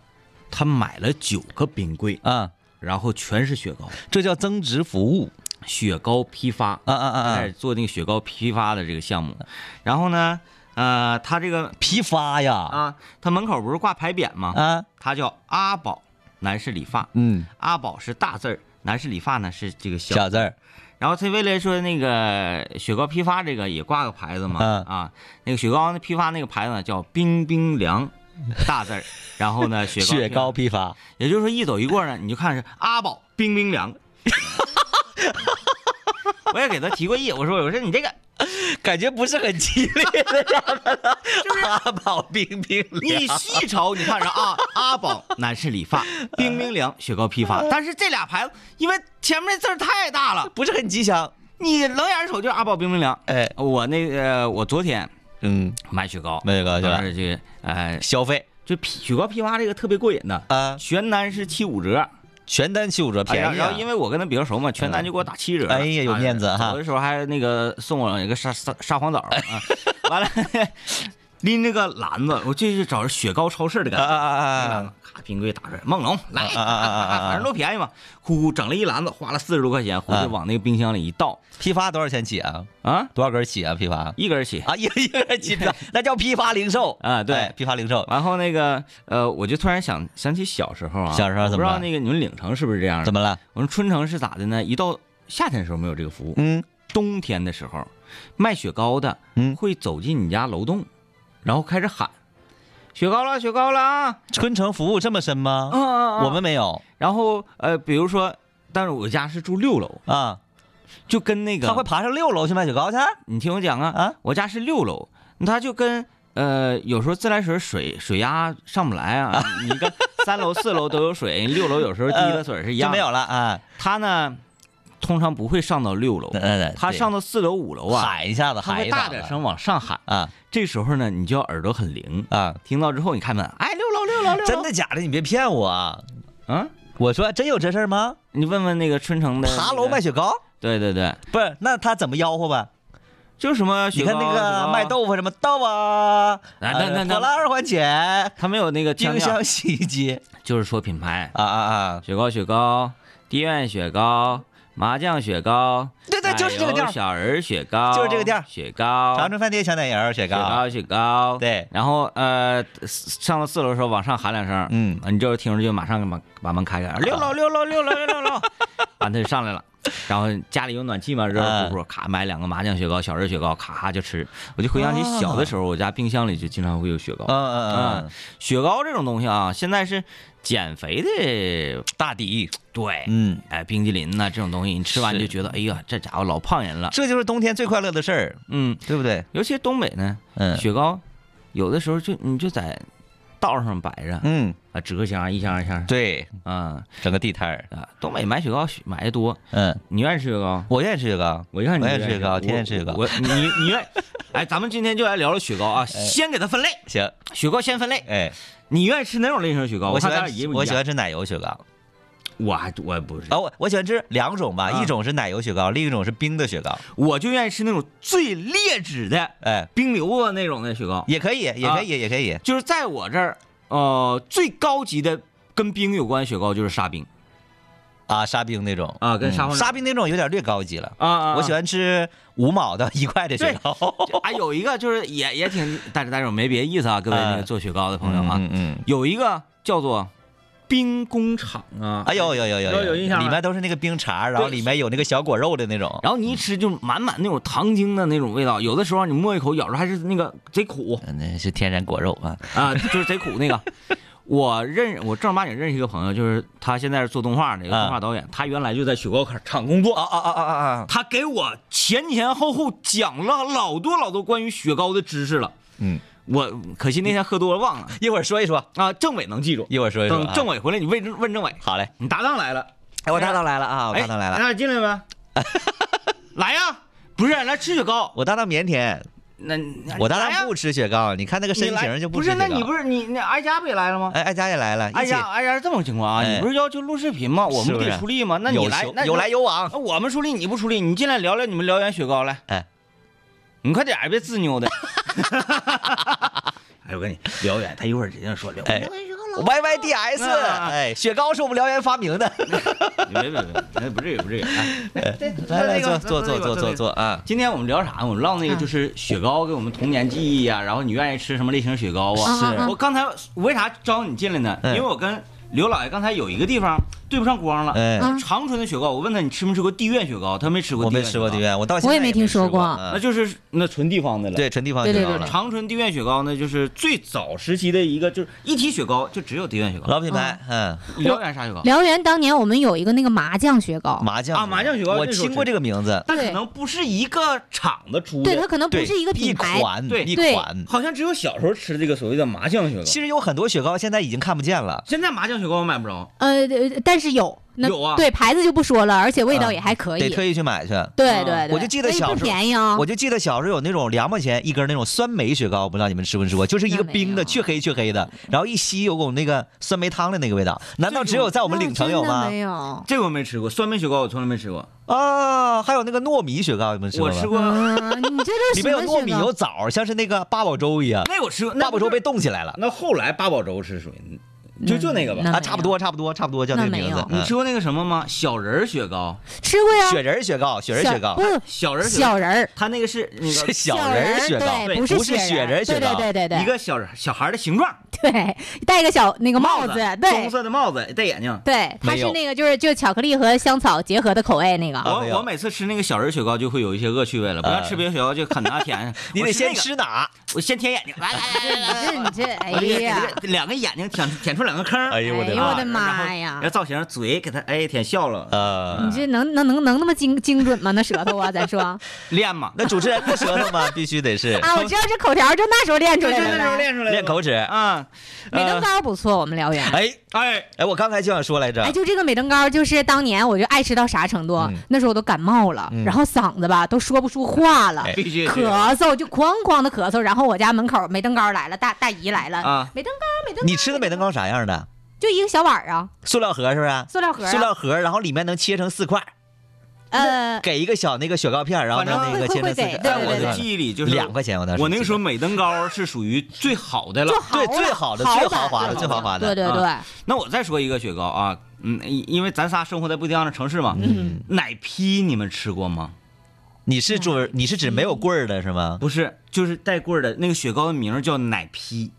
[SPEAKER 1] 他买了九个冰柜，
[SPEAKER 2] 啊，
[SPEAKER 1] 然后全是雪糕，
[SPEAKER 2] 这叫增值服务，
[SPEAKER 1] 雪糕批发，
[SPEAKER 2] 啊啊啊
[SPEAKER 1] 开
[SPEAKER 2] 啊
[SPEAKER 1] 始，做那个雪糕批发的这个项目。然后呢，呃，他这个
[SPEAKER 2] 批发呀，
[SPEAKER 1] 啊，他门口不是挂牌匾吗？
[SPEAKER 2] 啊，
[SPEAKER 1] 他叫阿宝男士理发，
[SPEAKER 2] 嗯，
[SPEAKER 1] 阿宝是大字儿，男士理发呢是这个小
[SPEAKER 2] 小字儿。
[SPEAKER 1] 然后他为了说那个雪糕批发这个也挂个牌子嘛，
[SPEAKER 2] 嗯
[SPEAKER 1] 啊，那个雪糕那批发那个牌子呢叫冰冰
[SPEAKER 2] <laughs>
[SPEAKER 1] 凉，大字儿，然后呢雪糕
[SPEAKER 2] 雪糕
[SPEAKER 1] 批
[SPEAKER 2] 批发，
[SPEAKER 1] 发，也就是说一走一过呢，你就看是阿宝冰冰
[SPEAKER 2] <laughs>
[SPEAKER 1] 凉。我也给他提过意，我说我说你这个
[SPEAKER 2] 感觉不是很激烈的样子，就是
[SPEAKER 1] <laughs>
[SPEAKER 2] 阿宝冰冰
[SPEAKER 1] 你细瞅，你看着啊，阿宝男士理
[SPEAKER 2] <laughs>
[SPEAKER 1] 发，冰冰凉雪糕批发，
[SPEAKER 2] 哎
[SPEAKER 1] 但是这俩牌子因为前面字儿太大了，
[SPEAKER 2] 不是很吉祥。
[SPEAKER 1] 你冷眼一瞅就是阿宝冰冰凉。
[SPEAKER 2] 哎，
[SPEAKER 1] 我那个我昨天
[SPEAKER 2] 嗯，
[SPEAKER 1] 买雪糕，
[SPEAKER 2] 那个
[SPEAKER 1] 当
[SPEAKER 2] 就是
[SPEAKER 1] 时去，哎，
[SPEAKER 2] 消费
[SPEAKER 1] 就批雪糕批发这个特别过瘾的，
[SPEAKER 2] 啊，
[SPEAKER 1] 全单是七五折，
[SPEAKER 2] 全单七五折，便
[SPEAKER 1] 哎呀
[SPEAKER 2] 宜啊。
[SPEAKER 1] 然后因为我跟他比较熟嘛，全单就给我打七折。啊
[SPEAKER 2] 哎呀有面子哈
[SPEAKER 1] 有的时候还那个送我一个沙沙沙黄枣啊，完了拎那个篮子，我这是找人雪糕超市的
[SPEAKER 2] 啊
[SPEAKER 1] 感觉。
[SPEAKER 2] 啊啊
[SPEAKER 1] 篮
[SPEAKER 2] 啊
[SPEAKER 1] 子咔，冰柜打出来，梦龙来，
[SPEAKER 2] 啊啊啊啊啊
[SPEAKER 1] 反正都便宜嘛，呼呼整了一篮子，花了四十多块钱，回去
[SPEAKER 2] 啊
[SPEAKER 1] 往那个冰箱里一倒
[SPEAKER 2] 批发多少钱起啊？
[SPEAKER 1] 啊，
[SPEAKER 2] 多少根起啊？批发
[SPEAKER 1] 一根儿起。
[SPEAKER 2] 啊，一 <laughs> 一根起，
[SPEAKER 1] <laughs>
[SPEAKER 2] 那叫批发零售
[SPEAKER 1] 啊对
[SPEAKER 2] 哎批发零售
[SPEAKER 1] 然后那个呃，我就突然想想起小时候啊，
[SPEAKER 2] 小时候
[SPEAKER 1] 我
[SPEAKER 2] 怎
[SPEAKER 1] 不知
[SPEAKER 2] 么
[SPEAKER 1] 道
[SPEAKER 2] 了
[SPEAKER 1] 那个你们岭城是不是这样的
[SPEAKER 2] 怎？么了？
[SPEAKER 1] 我们春城是咋的呢？一到夏天的时候没有这个服务，
[SPEAKER 2] 嗯，
[SPEAKER 1] 冬天的时候，卖雪糕的，
[SPEAKER 2] 嗯
[SPEAKER 1] 会走进你家楼栋，然后开始喊，雪糕了，雪糕了啊！
[SPEAKER 2] 春城服务这么深吗？
[SPEAKER 1] 啊啊啊
[SPEAKER 2] 我们没有
[SPEAKER 1] 然后呃，比如说，但是我家是住六楼，
[SPEAKER 2] 啊，
[SPEAKER 1] 就跟那个
[SPEAKER 2] 他会爬上六楼去卖雪糕去
[SPEAKER 1] 你听我讲啊，
[SPEAKER 2] 啊
[SPEAKER 1] 我家是六楼，他就跟呃有时候自来水水水压上不来
[SPEAKER 2] <laughs>
[SPEAKER 1] 啊，你跟三楼四楼都有水，六楼有时候滴的水是一
[SPEAKER 2] 呃就
[SPEAKER 1] 样
[SPEAKER 2] 没
[SPEAKER 1] 的。
[SPEAKER 2] 有了啊。
[SPEAKER 1] 他呢，通常不会上到六楼
[SPEAKER 2] 那，那那
[SPEAKER 1] 他上到四楼五楼
[SPEAKER 2] 对
[SPEAKER 1] 啊，
[SPEAKER 2] 喊一下子，
[SPEAKER 1] 他
[SPEAKER 2] 喊
[SPEAKER 1] 会
[SPEAKER 2] 一
[SPEAKER 1] 大
[SPEAKER 2] 嗓
[SPEAKER 1] 点
[SPEAKER 2] 子
[SPEAKER 1] 声往上喊。
[SPEAKER 2] 啊
[SPEAKER 1] 这时候呢，你就要耳朵很灵，
[SPEAKER 2] 啊。
[SPEAKER 1] 听到之后你开门，哎，六楼六楼六楼，
[SPEAKER 2] 真的假的？你别骗我啊！
[SPEAKER 1] 嗯，
[SPEAKER 2] 我说真有这事儿吗？
[SPEAKER 1] 你问问那个春城的
[SPEAKER 2] 爬楼卖
[SPEAKER 1] 雪，
[SPEAKER 2] 雪糕？
[SPEAKER 1] 对对对，
[SPEAKER 2] 不是，那他怎么吆喝吧？
[SPEAKER 1] 就什么
[SPEAKER 2] 你
[SPEAKER 1] 雪糕
[SPEAKER 2] 看那
[SPEAKER 1] 什
[SPEAKER 2] 个
[SPEAKER 1] 么
[SPEAKER 2] 卖豆腐什么豆啊，
[SPEAKER 1] 那那那
[SPEAKER 2] 呃火辣二环前，
[SPEAKER 1] 他没有那个
[SPEAKER 2] 京
[SPEAKER 1] 腔调
[SPEAKER 2] 香洗衣机
[SPEAKER 1] 就是说品牌，
[SPEAKER 2] 啊啊啊！
[SPEAKER 1] 雪糕雪糕，地院雪糕，麻酱雪糕，
[SPEAKER 2] 对对，就是这个店
[SPEAKER 1] 奶油
[SPEAKER 2] 儿，
[SPEAKER 1] 小人儿雪糕，
[SPEAKER 2] 就是这个店儿
[SPEAKER 1] 雪糕，
[SPEAKER 2] 长春饭店哎小奶油雪
[SPEAKER 1] 雪
[SPEAKER 2] 糕，
[SPEAKER 1] 糕雪糕，
[SPEAKER 2] 对
[SPEAKER 1] 然后呃，上到四楼的时候往上喊两声，
[SPEAKER 2] 嗯，啊
[SPEAKER 1] 你这时候听着就马上把把门开开，六楼六楼六楼六楼
[SPEAKER 2] <laughs>
[SPEAKER 1] 六楼，完他就上来了。然后家里有暖气嘛，热
[SPEAKER 2] 啊
[SPEAKER 1] 乎乎，咔买两个麻酱雪糕、小人雪糕，咔咔就吃。我就回想起小的时候，我家冰箱里就经常会有雪糕
[SPEAKER 2] 啊嗯。嗯嗯，
[SPEAKER 1] 雪糕这种东西啊，现在是减肥的大敌。对，
[SPEAKER 2] 嗯，
[SPEAKER 1] 哎，冰激凌呐、这种东西，你吃完你就是觉得，哎呀，这家伙老胖人了。
[SPEAKER 2] 这就是冬天最快乐的事儿，
[SPEAKER 1] 嗯，
[SPEAKER 2] 对不对？
[SPEAKER 1] 尤其是东北呢，
[SPEAKER 2] 嗯，
[SPEAKER 1] 雪糕有的时候就你就在道上摆着
[SPEAKER 2] 嗯，
[SPEAKER 1] 啊，纸壳箱一箱一箱
[SPEAKER 2] 对，
[SPEAKER 1] 啊
[SPEAKER 2] 整个地摊儿，
[SPEAKER 1] 啊，东北买雪糕雪买的多，
[SPEAKER 2] 嗯，你
[SPEAKER 1] 你愿意吃雪糕？
[SPEAKER 2] 我愿意吃雪糕，
[SPEAKER 1] 我一看你
[SPEAKER 2] 我
[SPEAKER 1] 就
[SPEAKER 2] 也吃雪糕，天天吃雪糕，
[SPEAKER 1] 我你你愿，哎，咱们今天就来聊聊雪
[SPEAKER 2] <laughs>
[SPEAKER 1] 糕啊，
[SPEAKER 2] 哎
[SPEAKER 1] 先给它分类，
[SPEAKER 2] 行，
[SPEAKER 1] 雪糕先分类。
[SPEAKER 2] 哎，
[SPEAKER 1] 你愿意吃哪种类型的雪糕？
[SPEAKER 2] 我喜
[SPEAKER 1] 看咱俩
[SPEAKER 2] 欢
[SPEAKER 1] 一不
[SPEAKER 2] 我
[SPEAKER 1] 一
[SPEAKER 2] 喜
[SPEAKER 1] 样，
[SPEAKER 2] 欢吃奶油雪糕，
[SPEAKER 1] 我还我不是，
[SPEAKER 2] 啊，我我喜欢吃两种吧，
[SPEAKER 1] 啊
[SPEAKER 2] 一种是奶油雪糕，另一种是冰的雪糕，
[SPEAKER 1] 我就愿意吃那种最劣质的
[SPEAKER 2] 哎，
[SPEAKER 1] 冰流啊那种的雪糕，
[SPEAKER 2] 也可以，也
[SPEAKER 1] 啊
[SPEAKER 2] 可以，也可以，
[SPEAKER 1] 就是在我这儿，呃，最高级的跟冰有关的雪糕就是沙冰
[SPEAKER 2] 啊，沙冰那种
[SPEAKER 1] 啊跟
[SPEAKER 2] 嗯
[SPEAKER 1] 沙皇
[SPEAKER 2] 沙冰那种有点略高级了，
[SPEAKER 1] 啊啊
[SPEAKER 2] 我喜。欢吃五毛的一块的雪糕，
[SPEAKER 1] 啊，有一个就是也也挺，但是但是我没别的意思啊，各位那个
[SPEAKER 2] 啊
[SPEAKER 1] 做雪糕的朋友啊，
[SPEAKER 2] 嗯嗯，嗯
[SPEAKER 1] 有一个叫做冰工厂啊，
[SPEAKER 2] 哎呦呦呦
[SPEAKER 1] 有
[SPEAKER 2] 呦
[SPEAKER 1] 有印象吗
[SPEAKER 2] 里面都是那个冰碴，然后
[SPEAKER 1] 对
[SPEAKER 2] 里面有那个小果肉的那种，
[SPEAKER 1] 然后你一吃就满满那种糖精的那种味道，有的时候你摸一口咬着还是那个贼苦
[SPEAKER 2] 嗯那是天然果肉啊，
[SPEAKER 1] 啊、 <laughs> 就是贼苦那个。我认我正儿八经认识一个朋友，就是他现在是做动画的一个
[SPEAKER 2] 啊
[SPEAKER 1] 动画导演，他原来就在雪糕厂工作。
[SPEAKER 2] 啊啊啊啊啊啊，
[SPEAKER 1] 他给我前前后后讲了老多老多关于雪糕的知识了，
[SPEAKER 2] 嗯，
[SPEAKER 1] 我可惜那天喝多了忘了
[SPEAKER 2] 一会儿说一说，
[SPEAKER 1] 啊。政委能记住，
[SPEAKER 2] 一会儿说一说，
[SPEAKER 1] 等政委回来你问问政委，
[SPEAKER 2] 好嘞，
[SPEAKER 1] 你搭档来了，
[SPEAKER 2] 哎，我搭档来了啊，我搭档来
[SPEAKER 1] 哎
[SPEAKER 2] 了，
[SPEAKER 1] 那进来
[SPEAKER 2] <laughs>
[SPEAKER 1] 呗，来呀，不是来吃雪糕，
[SPEAKER 2] 我搭档腼腆，
[SPEAKER 1] 那那
[SPEAKER 2] 我搭
[SPEAKER 1] 来呀啊
[SPEAKER 2] 档不吃雪糕，你看那个
[SPEAKER 1] 你
[SPEAKER 2] 身
[SPEAKER 1] 来
[SPEAKER 2] 形就
[SPEAKER 1] 不
[SPEAKER 2] 吃
[SPEAKER 1] 是？
[SPEAKER 2] 雪糕。
[SPEAKER 1] 那你不是你那艾佳不也来了吗？
[SPEAKER 2] 哎，艾佳也来了，
[SPEAKER 1] 艾
[SPEAKER 2] 一起
[SPEAKER 1] 佳，艾佳是这么个情况啊，
[SPEAKER 2] 哎
[SPEAKER 1] 你不是要求录视频吗？我
[SPEAKER 2] 是
[SPEAKER 1] 们
[SPEAKER 2] 不
[SPEAKER 1] 不
[SPEAKER 2] 是
[SPEAKER 1] 得出力吗？那你
[SPEAKER 2] 有
[SPEAKER 1] 来
[SPEAKER 2] 求，
[SPEAKER 1] 那
[SPEAKER 2] 有来有往。
[SPEAKER 1] 那我们出力，你不出力，你进来聊聊你们辽源雪糕来。
[SPEAKER 2] 哎，
[SPEAKER 1] 你快点儿，别自
[SPEAKER 2] <laughs>
[SPEAKER 1] 扭的。哎，我跟你辽源，他一会儿指定说辽源。
[SPEAKER 2] 哎 Y Y D S，
[SPEAKER 1] 啊
[SPEAKER 2] 哎，雪糕是我们辽源发明的。
[SPEAKER 1] 别别别，哎不是不是，哎
[SPEAKER 2] 来 <laughs> 来，
[SPEAKER 1] 坐
[SPEAKER 2] 坐坐坐坐坐。坐啊！
[SPEAKER 1] 今天我们聊啥？我们唠那个就是雪糕跟我们童年记忆啊，然后你愿意吃什么类型的雪糕啊？
[SPEAKER 2] 是
[SPEAKER 1] 我刚才为啥招你进来呢？因
[SPEAKER 2] 嗯
[SPEAKER 1] 为我跟刘老爷刚才有一个地方对不上光了。
[SPEAKER 2] 哎，
[SPEAKER 4] 啊
[SPEAKER 1] 长春的雪糕，我问他你吃没吃过地院雪糕，他没吃过。
[SPEAKER 2] 我没吃过地
[SPEAKER 1] 地，
[SPEAKER 2] 院，我到现在
[SPEAKER 4] 我也没听
[SPEAKER 2] 说
[SPEAKER 4] 说过
[SPEAKER 2] 嗯
[SPEAKER 1] 那就是那纯地方的了。
[SPEAKER 2] 对，纯地方
[SPEAKER 4] 对
[SPEAKER 2] 雪
[SPEAKER 4] 对
[SPEAKER 2] 糕
[SPEAKER 4] 对
[SPEAKER 2] 了，
[SPEAKER 1] 长春地院雪糕呢，就是最早时期的一个，就是一提雪糕就只有地院雪糕。
[SPEAKER 2] 老品牌，嗯，
[SPEAKER 1] 辽源啥雪糕？
[SPEAKER 4] 辽源当年我们有一个那个麻酱雪糕，
[SPEAKER 2] 麻酱
[SPEAKER 1] 啊麻酱雪糕
[SPEAKER 2] 我
[SPEAKER 1] 那时候
[SPEAKER 2] 听过
[SPEAKER 1] 吃
[SPEAKER 2] 这个名字，
[SPEAKER 1] 但可能不是一个厂子出
[SPEAKER 4] 对它
[SPEAKER 1] 的，
[SPEAKER 4] 可能不
[SPEAKER 2] 对，
[SPEAKER 4] 是一个品牌，
[SPEAKER 2] 款，
[SPEAKER 1] 对
[SPEAKER 2] 一
[SPEAKER 4] 对
[SPEAKER 2] 款。
[SPEAKER 1] 好像只有小时候吃的这个所谓的麻酱雪糕。
[SPEAKER 2] 其实有很多雪糕现在已经看不见了，
[SPEAKER 1] 现在麻酱雪糕我买不着，
[SPEAKER 4] 呃，但是有那
[SPEAKER 1] 有啊
[SPEAKER 4] 对牌子就不说了，而且味道
[SPEAKER 2] 啊
[SPEAKER 4] 也还可
[SPEAKER 2] 得
[SPEAKER 4] 以，
[SPEAKER 2] 特意去买去。
[SPEAKER 4] 对
[SPEAKER 1] 啊
[SPEAKER 4] 对对，
[SPEAKER 2] 我就记得
[SPEAKER 4] 所以
[SPEAKER 2] 小
[SPEAKER 4] 不
[SPEAKER 2] 时候
[SPEAKER 4] 便宜啊，
[SPEAKER 2] 我就记得小时候有那种两毛钱一根那种酸梅雪糕，我不知道你们吃没吃过，就是一个
[SPEAKER 4] 那没
[SPEAKER 2] 冰的，
[SPEAKER 4] 有
[SPEAKER 2] 黢黑黢黑的，然后一吸有股那个酸梅汤的那个味道。难道只有在我们
[SPEAKER 4] 那
[SPEAKER 2] 岭城有
[SPEAKER 4] 真的
[SPEAKER 2] 吗？
[SPEAKER 4] 没有，
[SPEAKER 1] 这个我没吃过，酸梅雪糕我从来没吃过，
[SPEAKER 2] 啊，还有那个糯米雪糕，你们吃过
[SPEAKER 1] 我
[SPEAKER 2] 吗？
[SPEAKER 1] 吃过，
[SPEAKER 4] 嗯，你这都是
[SPEAKER 2] 里
[SPEAKER 4] 什
[SPEAKER 2] 面有
[SPEAKER 4] 么
[SPEAKER 2] 糯
[SPEAKER 4] 雪
[SPEAKER 2] 米
[SPEAKER 4] 糕
[SPEAKER 2] 有？枣儿，像是那个八宝粥一样，
[SPEAKER 1] 那我吃过，
[SPEAKER 2] 八
[SPEAKER 1] 那
[SPEAKER 2] 宝
[SPEAKER 1] 不
[SPEAKER 2] 粥
[SPEAKER 1] 是
[SPEAKER 2] 被冻起来了
[SPEAKER 1] 那后来八宝粥是属于，就就那个吧
[SPEAKER 4] 嗯那
[SPEAKER 2] 啊，
[SPEAKER 4] 没
[SPEAKER 2] 差不
[SPEAKER 4] 有
[SPEAKER 2] 多差不多差不多叫那个
[SPEAKER 4] 那没
[SPEAKER 2] 名字
[SPEAKER 4] 有。
[SPEAKER 1] 你
[SPEAKER 2] 嗯
[SPEAKER 1] 吃过那个什么吗？小人儿雪糕，
[SPEAKER 4] 吃过呀，
[SPEAKER 2] 雪人儿雪糕，雪人儿
[SPEAKER 4] 小
[SPEAKER 2] 雪糕
[SPEAKER 4] 不
[SPEAKER 1] 小人儿雪糕，
[SPEAKER 4] 小人儿，
[SPEAKER 1] 它那个是那
[SPEAKER 2] <laughs> 是
[SPEAKER 1] 个
[SPEAKER 2] 小
[SPEAKER 4] 小
[SPEAKER 2] 人
[SPEAKER 4] 人
[SPEAKER 2] 儿雪糕，
[SPEAKER 4] 对，
[SPEAKER 1] 对
[SPEAKER 4] 不
[SPEAKER 2] 不是雪
[SPEAKER 4] 雪
[SPEAKER 2] 人儿雪
[SPEAKER 4] 对
[SPEAKER 2] 糕
[SPEAKER 4] 对对对对，
[SPEAKER 1] 一个小人小孩儿的形状，
[SPEAKER 4] 对戴个小那个帽
[SPEAKER 1] 子，棕
[SPEAKER 4] 对
[SPEAKER 1] 色的帽子，戴眼镜。
[SPEAKER 4] 对，它
[SPEAKER 2] 没有
[SPEAKER 4] 是那个就是就巧克力和香草结合的口味那个，
[SPEAKER 2] 啊没有
[SPEAKER 1] 我我每次吃那个小人儿雪糕就会有一些恶趣味了，不像吃别的雪糕就很难 <laughs> 舔。
[SPEAKER 2] 你
[SPEAKER 1] 我
[SPEAKER 2] 得
[SPEAKER 1] 那
[SPEAKER 2] 先
[SPEAKER 1] 个，
[SPEAKER 2] 吃哪？
[SPEAKER 1] 我先舔眼睛，来来来来来
[SPEAKER 4] 这 <laughs> 你这哎
[SPEAKER 1] 我这个
[SPEAKER 4] 呀，
[SPEAKER 1] 这个两个眼睛舔舔出两个坑儿，
[SPEAKER 2] 哎呦我的妈
[SPEAKER 4] 哎呦
[SPEAKER 1] 啊
[SPEAKER 4] 我的妈
[SPEAKER 1] 然
[SPEAKER 4] 呀
[SPEAKER 1] 后！造型嘴给他哎舔笑了，
[SPEAKER 2] 呃
[SPEAKER 4] 你，这能能能能那么精精准吗？那舌头啊，
[SPEAKER 2] <laughs>
[SPEAKER 4] 咱说啊，
[SPEAKER 1] 练嘛，
[SPEAKER 2] 那主持人的舌头
[SPEAKER 4] <laughs>
[SPEAKER 2] 嘛，必须得是
[SPEAKER 4] 我知道这口条就那时候练出
[SPEAKER 1] 就
[SPEAKER 4] 来
[SPEAKER 1] 是
[SPEAKER 4] 的
[SPEAKER 1] 那时候
[SPEAKER 4] 呗。
[SPEAKER 1] 练出来的
[SPEAKER 2] 练口齿。
[SPEAKER 1] 啊，
[SPEAKER 4] 美登
[SPEAKER 1] 呃
[SPEAKER 4] 高不错，我们辽源。
[SPEAKER 2] 哎
[SPEAKER 1] 哎，
[SPEAKER 2] 哎，我刚才就想说来着
[SPEAKER 4] 哎，，就这个美登高，就是当年我就爱吃到啥程度
[SPEAKER 2] 嗯，
[SPEAKER 4] 那时候我都感冒了
[SPEAKER 2] 嗯，
[SPEAKER 4] 然后嗓子吧都说不出话了
[SPEAKER 2] 哎，
[SPEAKER 1] 必须
[SPEAKER 4] 咳嗽就哐哐的咳嗽。然后我家门口美登高来了，大大姨来了，
[SPEAKER 1] 啊，
[SPEAKER 4] 美登高美登高，
[SPEAKER 2] 你吃的美登高啥样的？
[SPEAKER 4] 就一个小碗儿啊，
[SPEAKER 2] 塑料盒是不是？
[SPEAKER 4] 塑料盒儿啊，
[SPEAKER 2] 塑料盒，然后里面能切成四块儿，
[SPEAKER 4] 呃，
[SPEAKER 2] 给一个小那个雪糕片儿，然后
[SPEAKER 1] 反正
[SPEAKER 2] 那个
[SPEAKER 4] 会
[SPEAKER 2] 切成
[SPEAKER 4] 会
[SPEAKER 2] 四块儿。
[SPEAKER 4] 给
[SPEAKER 2] 哎
[SPEAKER 4] 对
[SPEAKER 1] 在
[SPEAKER 4] 对
[SPEAKER 1] 我
[SPEAKER 4] 对
[SPEAKER 1] 的
[SPEAKER 4] 对
[SPEAKER 1] 记忆里就是
[SPEAKER 2] 两块钱，我当时
[SPEAKER 1] 我那个时候
[SPEAKER 2] 记
[SPEAKER 1] 美登高是属于最好的了
[SPEAKER 4] 就。
[SPEAKER 2] 得
[SPEAKER 4] 好
[SPEAKER 2] 对最好的、
[SPEAKER 4] 版
[SPEAKER 2] 最豪华的、
[SPEAKER 1] 对
[SPEAKER 2] 最豪华
[SPEAKER 4] 对
[SPEAKER 2] 的，
[SPEAKER 4] 对对
[SPEAKER 1] 啊，那我再说一个雪糕啊，嗯，因因为咱仨生活在不一样的城市嘛，
[SPEAKER 2] 嗯，
[SPEAKER 1] 奶披你们吃过吗？
[SPEAKER 2] 你是
[SPEAKER 1] 嗯
[SPEAKER 2] 主，你是指没有棍儿的是吗？
[SPEAKER 1] 不是，就是带棍儿的那个雪糕的名儿叫奶披，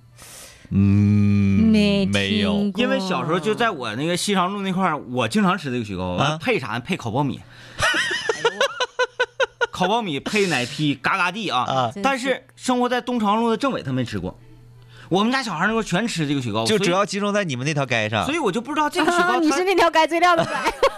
[SPEAKER 2] 嗯
[SPEAKER 4] 没听过
[SPEAKER 1] 因为小时候就在我那个西长路那块儿，我经常吃这个雪糕，完了配啥呢？配烤苞米， <laughs> 烤苞米配奶披，嘎嘎地啊！
[SPEAKER 2] 啊
[SPEAKER 4] 真
[SPEAKER 1] 但是生活在东长路的政委他没吃过，我们家小孩那会儿全吃这个雪糕，
[SPEAKER 2] 就
[SPEAKER 1] 所以
[SPEAKER 2] 主要集中在你们那条街上
[SPEAKER 1] 所。以我就不知道这个雪糕
[SPEAKER 4] 啊你是
[SPEAKER 1] 它
[SPEAKER 4] 那条该最
[SPEAKER 2] <laughs>
[SPEAKER 4] 料的仔。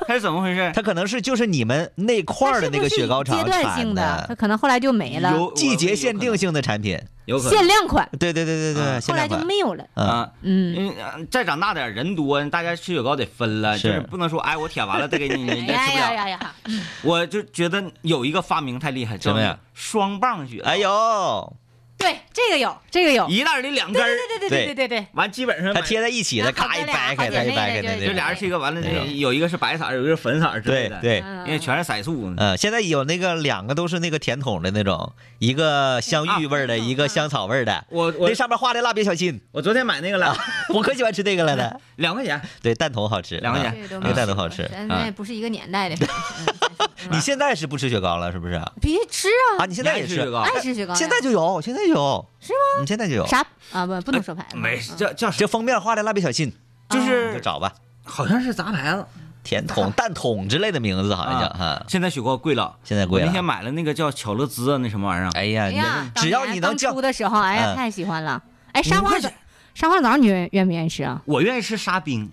[SPEAKER 1] 它是怎么回事。
[SPEAKER 2] 它可能是就是你们那块儿的那个雪糕
[SPEAKER 4] 它
[SPEAKER 2] 厂
[SPEAKER 4] 是不是阶段
[SPEAKER 2] 产
[SPEAKER 4] 性的，它可能后来就没了，
[SPEAKER 1] 有
[SPEAKER 2] 季节限定，性的产品。
[SPEAKER 1] 有可能有可
[SPEAKER 4] 限量款，
[SPEAKER 2] 对对对对对，
[SPEAKER 1] 啊
[SPEAKER 4] 后
[SPEAKER 2] 限
[SPEAKER 4] 来
[SPEAKER 2] 量
[SPEAKER 4] 就
[SPEAKER 2] 款。
[SPEAKER 4] 没有了。
[SPEAKER 1] 能
[SPEAKER 2] 嗯，
[SPEAKER 1] 啊。
[SPEAKER 4] 嗯，
[SPEAKER 1] 嗯，呃再长大点儿人多，大家吃雪糕得分了，
[SPEAKER 2] 是
[SPEAKER 1] 就是不能说哎，我舔完了再给你，
[SPEAKER 2] 嗯
[SPEAKER 4] <laughs> 哎
[SPEAKER 1] 你再
[SPEAKER 4] 呀
[SPEAKER 1] 吃不
[SPEAKER 4] 呀
[SPEAKER 1] 了。
[SPEAKER 4] 呀呀！
[SPEAKER 1] 我就觉得有一个发明太厉害，
[SPEAKER 2] 什么呀？
[SPEAKER 1] 双棒雪，
[SPEAKER 2] 哎，呦，
[SPEAKER 4] 对，这个有，这个有。
[SPEAKER 1] 一袋儿里两根儿，
[SPEAKER 4] 对对对对对对，
[SPEAKER 1] 完基本上
[SPEAKER 2] 它贴在一起的，
[SPEAKER 4] 那好
[SPEAKER 2] 咔一
[SPEAKER 4] 哥俩
[SPEAKER 2] 掰开，
[SPEAKER 4] 好姐
[SPEAKER 2] 掰开
[SPEAKER 4] 妹
[SPEAKER 2] 掰开的
[SPEAKER 4] 的就
[SPEAKER 2] 那
[SPEAKER 1] 就
[SPEAKER 4] 对
[SPEAKER 2] 种。
[SPEAKER 1] 俩人吃一个，完了
[SPEAKER 2] 那种
[SPEAKER 1] 有一个是白色儿，有一个是粉色儿之类
[SPEAKER 2] 哎对
[SPEAKER 1] 的，，
[SPEAKER 2] 对，
[SPEAKER 4] 嗯
[SPEAKER 1] 因为全是色素。
[SPEAKER 2] 呃，现在有那个两个都是那个甜筒的那种，一个香芋味儿的，
[SPEAKER 4] 啊
[SPEAKER 2] 一个香草味儿的，
[SPEAKER 1] 我我
[SPEAKER 2] 那上面啊画的蜡笔小
[SPEAKER 1] <laughs>
[SPEAKER 2] 新，
[SPEAKER 1] 我昨天买那个了，
[SPEAKER 2] 我可喜欢吃那个了呢。
[SPEAKER 1] 两块钱，
[SPEAKER 2] 对，蛋筒好吃，
[SPEAKER 1] 两块
[SPEAKER 2] 啊
[SPEAKER 1] 钱
[SPEAKER 4] 嗯这个都
[SPEAKER 2] 那
[SPEAKER 4] 没
[SPEAKER 2] 个蛋筒好吃。啊
[SPEAKER 4] 咱咱也不是一个
[SPEAKER 2] <laughs>
[SPEAKER 4] 年代的。嗯
[SPEAKER 2] 你现在是不吃雪糕了，是不是？啊，
[SPEAKER 4] 别吃
[SPEAKER 2] <laughs>
[SPEAKER 4] 啊，
[SPEAKER 2] 你现在
[SPEAKER 1] 你爱
[SPEAKER 2] 也
[SPEAKER 1] 吃
[SPEAKER 2] 是
[SPEAKER 1] 雪糕
[SPEAKER 4] 爱吃雪糕呀。
[SPEAKER 2] 哎现在就有，现在就有，
[SPEAKER 4] 是
[SPEAKER 2] 吗？你现在就有，哎
[SPEAKER 4] 啥啊？不，不能说牌子。
[SPEAKER 1] 没
[SPEAKER 4] 嗯
[SPEAKER 1] 叫叫什
[SPEAKER 2] 这封面画的蜡笔小新，
[SPEAKER 1] 就
[SPEAKER 2] 你就是找吧，啊
[SPEAKER 1] 好像是杂牌子，<laughs>
[SPEAKER 2] 甜筒、蛋筒之类的名字好像叫
[SPEAKER 1] 啊
[SPEAKER 2] 哈。
[SPEAKER 1] 现在雪糕贵了，
[SPEAKER 2] 现在贵
[SPEAKER 1] 我
[SPEAKER 2] 了
[SPEAKER 1] 那。天买了那个叫巧乐兹啊，那什么玩意儿，
[SPEAKER 2] 哎呀，
[SPEAKER 4] 哎
[SPEAKER 2] 你
[SPEAKER 4] 呀，
[SPEAKER 2] 这只要
[SPEAKER 4] 当年
[SPEAKER 2] 你能
[SPEAKER 4] 刚
[SPEAKER 2] 叫
[SPEAKER 4] 出，的时候，哎呀，
[SPEAKER 2] 嗯
[SPEAKER 4] 太喜欢了。哎，
[SPEAKER 1] 五
[SPEAKER 4] 沙
[SPEAKER 1] 块
[SPEAKER 4] 皇枣
[SPEAKER 1] 钱，，
[SPEAKER 4] 沙皇枣，你愿愿不愿意吃啊？
[SPEAKER 1] 我愿意吃沙冰，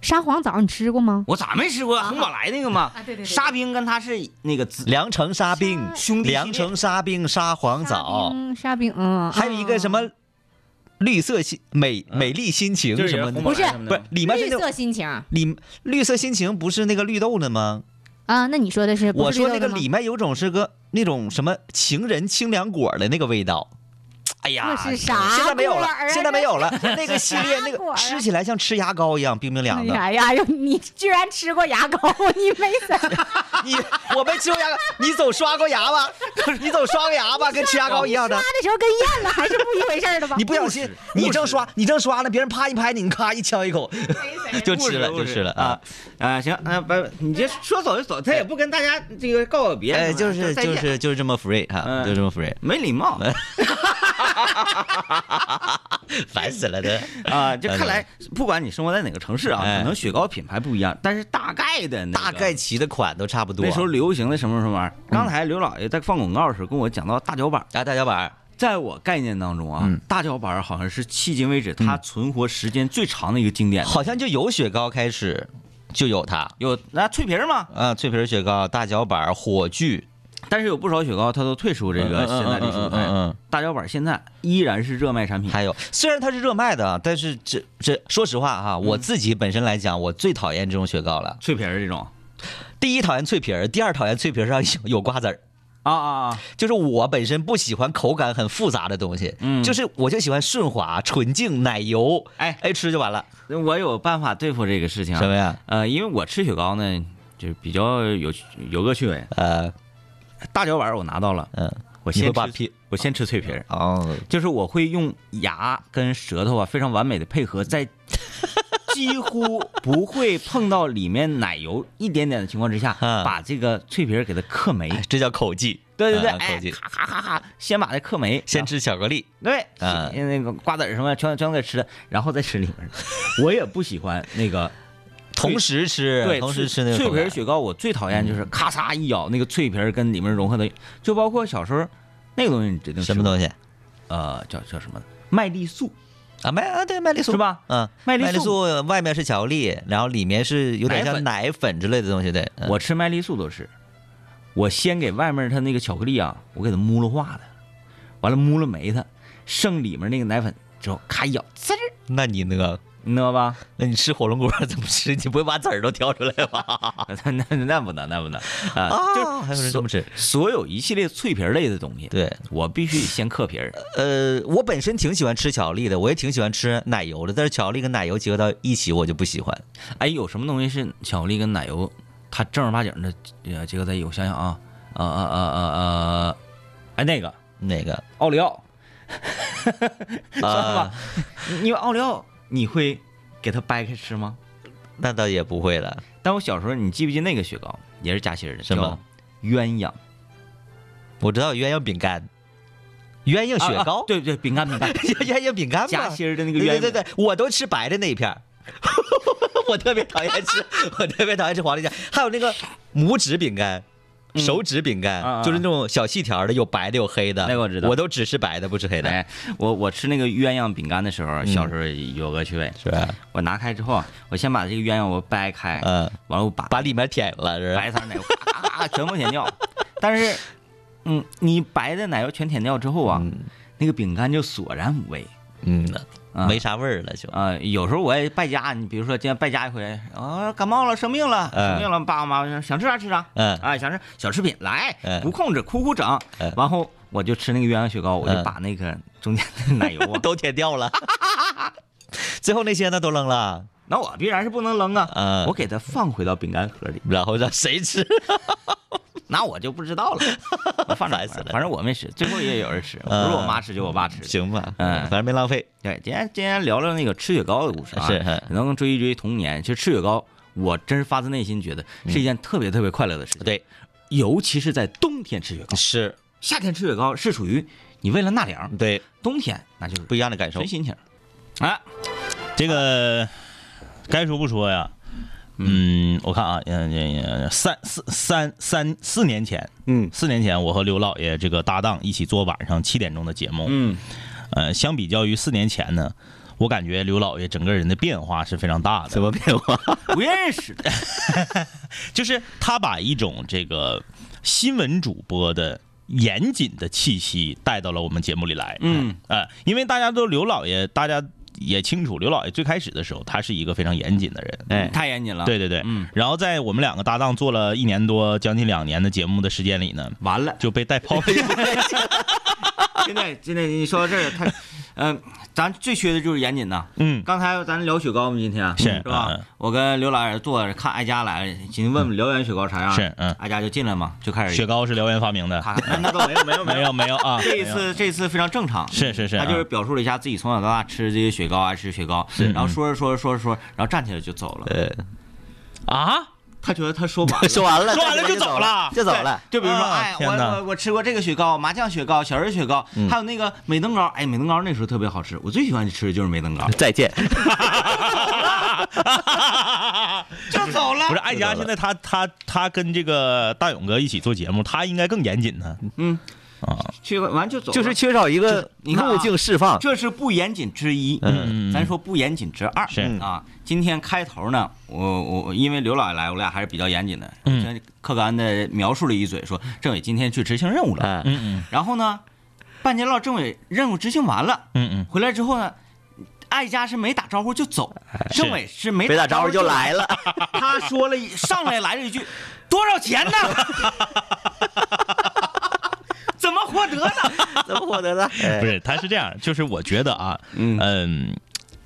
[SPEAKER 4] 沙皇枣你吃过吗？
[SPEAKER 1] 我咋没吃过红宝来那个嘛？
[SPEAKER 4] 啊，对对
[SPEAKER 1] 沙冰跟它是那个子
[SPEAKER 2] 凉橙沙冰、
[SPEAKER 1] 兄弟系列
[SPEAKER 2] 凉橙沙冰、沙皇枣，
[SPEAKER 4] 沙冰，嗯，
[SPEAKER 2] 还有一个什么绿色心美美丽心情
[SPEAKER 1] 嗯就是
[SPEAKER 2] 什么的，
[SPEAKER 1] 红宝来
[SPEAKER 4] 不是
[SPEAKER 1] 什么
[SPEAKER 2] 不
[SPEAKER 1] 的
[SPEAKER 2] 是里面是
[SPEAKER 4] 绿
[SPEAKER 2] 那种
[SPEAKER 4] 色心情啊？
[SPEAKER 2] 里绿色心情不是那个绿豆的吗？
[SPEAKER 4] 啊那你说的是？
[SPEAKER 2] 我
[SPEAKER 4] 不是绿
[SPEAKER 2] 说
[SPEAKER 4] 豆
[SPEAKER 2] 那个
[SPEAKER 4] 的吗
[SPEAKER 2] 里面有种是个那种什么情人清凉果的那个味道。哎呀，
[SPEAKER 4] 那是啥
[SPEAKER 2] 现在没有了
[SPEAKER 4] 果儿，啊
[SPEAKER 2] 现在没有了。
[SPEAKER 4] <laughs>
[SPEAKER 2] 那个系列
[SPEAKER 4] 啥
[SPEAKER 2] 那
[SPEAKER 4] 果儿
[SPEAKER 2] 个
[SPEAKER 4] 啊
[SPEAKER 2] 吃起来像吃牙膏一样冰冰凉的。
[SPEAKER 4] 哎呀呀！你居然吃过牙膏，你没怎么
[SPEAKER 2] 你我没吃过牙膏，你总刷过牙吧？ <laughs> 你总刷过牙吧？跟吃牙膏一样的。
[SPEAKER 4] 那时候跟咽了还是不一回事儿的吧？
[SPEAKER 2] 你不小心，
[SPEAKER 1] 不是
[SPEAKER 2] 你正刷，你正刷呢，别人啪一拍你，你咔一呛一口， <laughs> 就吃了，
[SPEAKER 1] 不
[SPEAKER 2] 就吃了啊
[SPEAKER 1] 啊！啊！行，那拜拜，你这说走就走，他也不跟大家这个告个别，
[SPEAKER 2] 哎，就是
[SPEAKER 1] 再
[SPEAKER 2] 就
[SPEAKER 1] 见
[SPEAKER 2] 是哎就是这么 free 啊，
[SPEAKER 1] 嗯
[SPEAKER 2] 就这么 free， <laughs>
[SPEAKER 1] 没礼貌
[SPEAKER 2] 烦死了嗯的。
[SPEAKER 1] 啊！就看来，不管你生活在哪个城市啊，
[SPEAKER 2] 哎
[SPEAKER 1] 可能雪糕品牌不一样，但是大概的那个
[SPEAKER 2] 大概齐的款都差不多。啊嗯
[SPEAKER 1] 那时候流行的什么什么玩意儿。刚才刘老爷在放广告的时候跟我讲到大脚板，
[SPEAKER 2] 啊，大脚板儿，
[SPEAKER 1] 在我概念当中啊
[SPEAKER 2] 嗯，
[SPEAKER 1] 大脚板好像是迄今为止它存活时间最长的一个经典。
[SPEAKER 2] 好像就由雪糕开始就有它
[SPEAKER 1] 有那脆皮儿嘛，
[SPEAKER 2] 啊，脆皮儿雪糕、大脚板儿、火炬，
[SPEAKER 1] 但是有不少雪糕它都退出这个现在历史舞
[SPEAKER 2] 嗯嗯
[SPEAKER 1] 台。
[SPEAKER 2] 嗯
[SPEAKER 1] 大脚板现在依然是热卖产
[SPEAKER 2] 嗯
[SPEAKER 1] 品。
[SPEAKER 2] 还有虽然它是热卖的，啊但是这这说实话哈、
[SPEAKER 1] 嗯
[SPEAKER 2] 我自己本身来讲，我最讨厌这种雪糕了。
[SPEAKER 1] 脆皮儿这种
[SPEAKER 2] 第一讨厌脆皮儿，第二讨厌脆皮儿上有有瓜子儿。
[SPEAKER 1] 啊啊啊！
[SPEAKER 2] 就是我本身不喜欢口感很复杂的东西，
[SPEAKER 1] 嗯
[SPEAKER 2] 就是我就喜欢顺滑、纯净、奶油，
[SPEAKER 1] 哎
[SPEAKER 2] 哎，吃就完了。
[SPEAKER 1] 我有办法对付这个事情、
[SPEAKER 2] 什
[SPEAKER 1] 啊。
[SPEAKER 2] 么呀？
[SPEAKER 1] 呃，因为我吃雪糕呢，就比较有有个趣味。
[SPEAKER 2] 呃，
[SPEAKER 1] 大脚板儿我拿到了，
[SPEAKER 2] 嗯，
[SPEAKER 1] 我
[SPEAKER 2] 你
[SPEAKER 1] 先
[SPEAKER 2] 会把
[SPEAKER 1] 吃
[SPEAKER 2] 皮
[SPEAKER 1] 我先吃脆皮儿，
[SPEAKER 2] 哦，
[SPEAKER 1] 就是我会用牙跟舌头啊非常完美的配合，
[SPEAKER 2] <laughs>
[SPEAKER 1] 在几乎不会碰到里面奶油一点点的情况之下，
[SPEAKER 2] 嗯
[SPEAKER 1] 把这个脆皮儿给它刻没。
[SPEAKER 2] 哎这叫口技。
[SPEAKER 1] 对对对，
[SPEAKER 2] 啊
[SPEAKER 1] 哎
[SPEAKER 2] 口，技。
[SPEAKER 1] 咔咔咔咔，先把它刻没，啊
[SPEAKER 2] 先吃巧克力，
[SPEAKER 1] 对，
[SPEAKER 2] 啊
[SPEAKER 1] 先那个瓜子儿什么的全全都给吃了，然后再吃里面儿。
[SPEAKER 2] <laughs>
[SPEAKER 1] 我也不喜欢那个
[SPEAKER 2] 同时吃，
[SPEAKER 1] 啊对，
[SPEAKER 2] 同时
[SPEAKER 1] 脆
[SPEAKER 2] 吃那个
[SPEAKER 1] 脆
[SPEAKER 2] 口
[SPEAKER 1] 皮
[SPEAKER 2] 感嗯
[SPEAKER 1] 儿雪糕，我最讨厌就是咔嚓一咬那个脆皮儿跟里面融合的，就包括小时候那个东西，你指定
[SPEAKER 2] 什么东
[SPEAKER 1] 西？
[SPEAKER 2] 西
[SPEAKER 1] 呃，叫叫什么？麦丽素
[SPEAKER 2] 啊？麦啊，对，麦丽素
[SPEAKER 1] 是？吧？
[SPEAKER 2] 嗯，
[SPEAKER 1] 麦丽
[SPEAKER 2] 麦丽
[SPEAKER 1] 素
[SPEAKER 2] 素外面是巧克力，然后里面是有点
[SPEAKER 1] 奶
[SPEAKER 2] 像
[SPEAKER 1] 粉
[SPEAKER 2] 奶粉之类的东西，对。嗯
[SPEAKER 1] 我吃麦丽素都是，我先给外面它那个巧克力啊，我给它摸了化的，完了摸了没它，剩里面那个奶粉之后，咔一咬，滋儿，
[SPEAKER 2] 那你那个，
[SPEAKER 1] 你知道吧？ <laughs>
[SPEAKER 2] 那你吃火龙果怎么吃？你不会把籽儿都挑出来吧？
[SPEAKER 1] 那那那不能，那不能啊！
[SPEAKER 2] 啊，
[SPEAKER 1] 就
[SPEAKER 2] 还有人
[SPEAKER 1] 是
[SPEAKER 2] 这么
[SPEAKER 1] 所
[SPEAKER 2] 吃？
[SPEAKER 1] 所有一系列脆皮儿类的东西，
[SPEAKER 2] 对，
[SPEAKER 1] 我必须先嗑
[SPEAKER 2] <laughs>
[SPEAKER 1] 皮儿。
[SPEAKER 2] 呃，我本身挺喜欢吃巧克力的，我也挺喜欢吃奶油的，但是巧克力跟奶油结合到一起，我就不喜欢。
[SPEAKER 1] 哎，有什么东西是巧克力跟奶油，它正儿八经的呃结合在一起？我想想啊，呃呃呃呃呃，哎那个
[SPEAKER 2] 那个，
[SPEAKER 1] <laughs> 奥利
[SPEAKER 2] <laughs>
[SPEAKER 1] 奥，
[SPEAKER 2] 啊，
[SPEAKER 1] 吧因为奥利奥你会给它掰开吃吗？
[SPEAKER 2] 那倒也不会了。
[SPEAKER 1] 但我小时候，你记不记得那个雪糕也是夹心儿的，
[SPEAKER 2] 什么
[SPEAKER 1] 叫鸳鸯
[SPEAKER 2] 我知道有鸳鸯饼干，鸳鸯雪
[SPEAKER 1] 啊啊
[SPEAKER 2] 糕，
[SPEAKER 1] 对对，饼干
[SPEAKER 2] <laughs>
[SPEAKER 1] 饼干
[SPEAKER 2] 鸳鸯饼干
[SPEAKER 1] 夹
[SPEAKER 2] 吧。
[SPEAKER 1] 心儿的那个鸳鸯
[SPEAKER 2] 对，对对，我都吃白的那一片儿 <laughs> 我特别讨厌吃，我特别讨厌吃黄梨酱，还有那个拇指饼干，
[SPEAKER 5] 手指饼干，
[SPEAKER 1] 嗯啊啊
[SPEAKER 5] 就是那种小细条的，有白的，有黑的。
[SPEAKER 1] 那个我知道
[SPEAKER 5] 我都只吃白的，不吃黑的，
[SPEAKER 1] 哎，我我吃那个鸳鸯饼干的时
[SPEAKER 2] 嗯
[SPEAKER 1] 候，小时候有个趣味，
[SPEAKER 5] 是吧？
[SPEAKER 1] 我拿开之后，我先把这个鸳鸯我掰开，
[SPEAKER 5] 嗯，
[SPEAKER 1] 完了我把
[SPEAKER 5] 把里面舔了，是吧？
[SPEAKER 1] 白色奶油咔咔咔全部舔掉。但是，嗯，你白的奶油全舔掉之后啊，
[SPEAKER 2] 嗯
[SPEAKER 1] 那个饼干就索然无味。
[SPEAKER 5] 嗯，
[SPEAKER 1] 啊
[SPEAKER 5] 没啥味儿了就。
[SPEAKER 1] 啊，有时候我也败家，你比如说今天败家一回，啊，感冒了，生病了，
[SPEAKER 5] 嗯
[SPEAKER 1] 生病了，爸爸妈妈说想吃啥吃啥，
[SPEAKER 5] 嗯
[SPEAKER 2] 啊
[SPEAKER 5] <laughs>
[SPEAKER 1] 哎，想吃小食品来
[SPEAKER 5] 嗯，
[SPEAKER 1] 不控制，哭哭整
[SPEAKER 5] 嗯，
[SPEAKER 1] 完后我就吃那个鸳鸯雪糕，我就
[SPEAKER 5] 嗯，
[SPEAKER 1] 把那个中间的奶油啊 <laughs>
[SPEAKER 5] 都舔掉了，最后那些呢都扔了，
[SPEAKER 1] 那我必然是不能扔啊，
[SPEAKER 5] 嗯
[SPEAKER 1] 我给它放回到饼干盒里，
[SPEAKER 5] 然后让谁吃？
[SPEAKER 1] 那我就不知
[SPEAKER 5] <laughs>
[SPEAKER 1] 道了，我放哪儿
[SPEAKER 5] 烦死了
[SPEAKER 1] 反正我没吃，最后也有人吃，不
[SPEAKER 5] 嗯
[SPEAKER 1] 是我妈吃就我爸吃。
[SPEAKER 5] 行吧，
[SPEAKER 1] 嗯
[SPEAKER 5] 反正没浪费。
[SPEAKER 1] 对，今天今天聊聊那个吃雪糕的故事啊，
[SPEAKER 5] 是嗯
[SPEAKER 1] 可能追一追童年，其实吃雪糕。我真是发自内心觉得是一件特别特别快乐的事情。
[SPEAKER 5] 嗯对，
[SPEAKER 1] 尤其是在冬天吃雪糕，
[SPEAKER 5] 是，
[SPEAKER 1] 夏天吃雪糕是属于你为了纳凉，
[SPEAKER 5] 对，
[SPEAKER 1] 冬天那就是
[SPEAKER 5] 嗯不一样的感受
[SPEAKER 1] 随。心情。哎，
[SPEAKER 2] 这个该说不说呀，嗯，我看啊，嗯，嗯嗯三四三三四年前，
[SPEAKER 5] 嗯
[SPEAKER 2] 四年前我和刘老爷这个搭档一起做晚上七点钟的节目，
[SPEAKER 1] 嗯，
[SPEAKER 2] 呃，相比较于四年前呢，我感觉刘老爷整个人的变化是非常大的，
[SPEAKER 5] 么变化？
[SPEAKER 1] 不认识的，
[SPEAKER 2] 就是他把一种这个新闻主播的严谨的气息带到了我们节目里来，
[SPEAKER 1] 嗯，
[SPEAKER 2] 呃，因为大家都刘老爷，大家也清楚，刘老爷最开始的时候他是一个非常严谨的人，
[SPEAKER 5] 哎，
[SPEAKER 1] 太严谨了。
[SPEAKER 2] 对，对对，
[SPEAKER 1] 嗯
[SPEAKER 2] 然后在我们两个搭档做了一年多，将近两年的节目的时间里呢，
[SPEAKER 1] 完了，
[SPEAKER 2] 就被带跑了。
[SPEAKER 1] 现在现在你说到这儿，他，嗯、咱最缺的就是严谨呐。
[SPEAKER 2] 嗯，
[SPEAKER 1] 刚才咱聊雪糕嘛，今天
[SPEAKER 2] 是
[SPEAKER 1] 是吧？
[SPEAKER 2] 嗯
[SPEAKER 1] 我跟刘老师坐着看艾佳来了，寻思问问辽源雪糕啥样。
[SPEAKER 2] 是嗯
[SPEAKER 1] 艾佳就进来嘛，就开始
[SPEAKER 2] 雪糕是辽源发明的，
[SPEAKER 1] 咔咔，那那倒没有没有没
[SPEAKER 2] 没
[SPEAKER 1] 有。
[SPEAKER 2] 有没有啊，
[SPEAKER 1] 这一
[SPEAKER 2] 没有
[SPEAKER 1] 次这一次非常正常，
[SPEAKER 2] 是是是，
[SPEAKER 1] 他就是
[SPEAKER 2] 啊
[SPEAKER 1] 表述了一下自己从小到大吃这些雪糕，爱吃雪糕，然后说着说着说着说着，然后站起来就走了。
[SPEAKER 5] 呃，
[SPEAKER 2] 啊，
[SPEAKER 1] 他觉得他说完了。
[SPEAKER 5] 说完了，
[SPEAKER 2] 说完了就走了
[SPEAKER 5] 就走了。，
[SPEAKER 1] 就比如说，
[SPEAKER 2] 啊
[SPEAKER 1] 哎，我
[SPEAKER 2] 天哪
[SPEAKER 1] 我我吃过这个雪糕，麻酱雪糕、小人雪糕，还有那个美登糕。哎，美登糕那时候特别好吃，我最喜欢吃的就是美登糕
[SPEAKER 5] 再见。
[SPEAKER 1] 就走了
[SPEAKER 2] <laughs> 不是。艾佳，现在他他他跟这个大勇哥一起做节目，他应该更严谨呢。
[SPEAKER 1] 嗯，
[SPEAKER 2] 啊，
[SPEAKER 1] 去完就走了，
[SPEAKER 5] 就是缺少一个
[SPEAKER 1] 你看啊
[SPEAKER 5] 路径释放。
[SPEAKER 1] 这是不严谨之一，
[SPEAKER 2] 嗯
[SPEAKER 1] 咱说不严谨之二，
[SPEAKER 2] 是
[SPEAKER 1] 啊。今天开头呢，我我我因为刘老爷来，我俩还是比较严谨的，
[SPEAKER 2] 嗯
[SPEAKER 1] 先客观的描述了一嘴，说政委今天去执行任务了，
[SPEAKER 5] 哎，
[SPEAKER 2] 嗯嗯
[SPEAKER 1] 然后呢，半截唠政委任务执行完了，
[SPEAKER 2] 嗯嗯，
[SPEAKER 1] 回来之后呢，艾佳是没打招呼就走，政委哎是没
[SPEAKER 5] 没打招呼
[SPEAKER 1] 呼
[SPEAKER 5] 就来
[SPEAKER 1] 了。
[SPEAKER 5] 了，
[SPEAKER 1] 他说
[SPEAKER 5] <laughs>
[SPEAKER 1] 了一上来来了一句：“多少 <laughs> 钱呢？怎么获得的？
[SPEAKER 5] 怎么获得的？
[SPEAKER 2] 不
[SPEAKER 5] 哎
[SPEAKER 2] 是，他是这样，就是我觉得啊，
[SPEAKER 1] 嗯
[SPEAKER 2] 嗯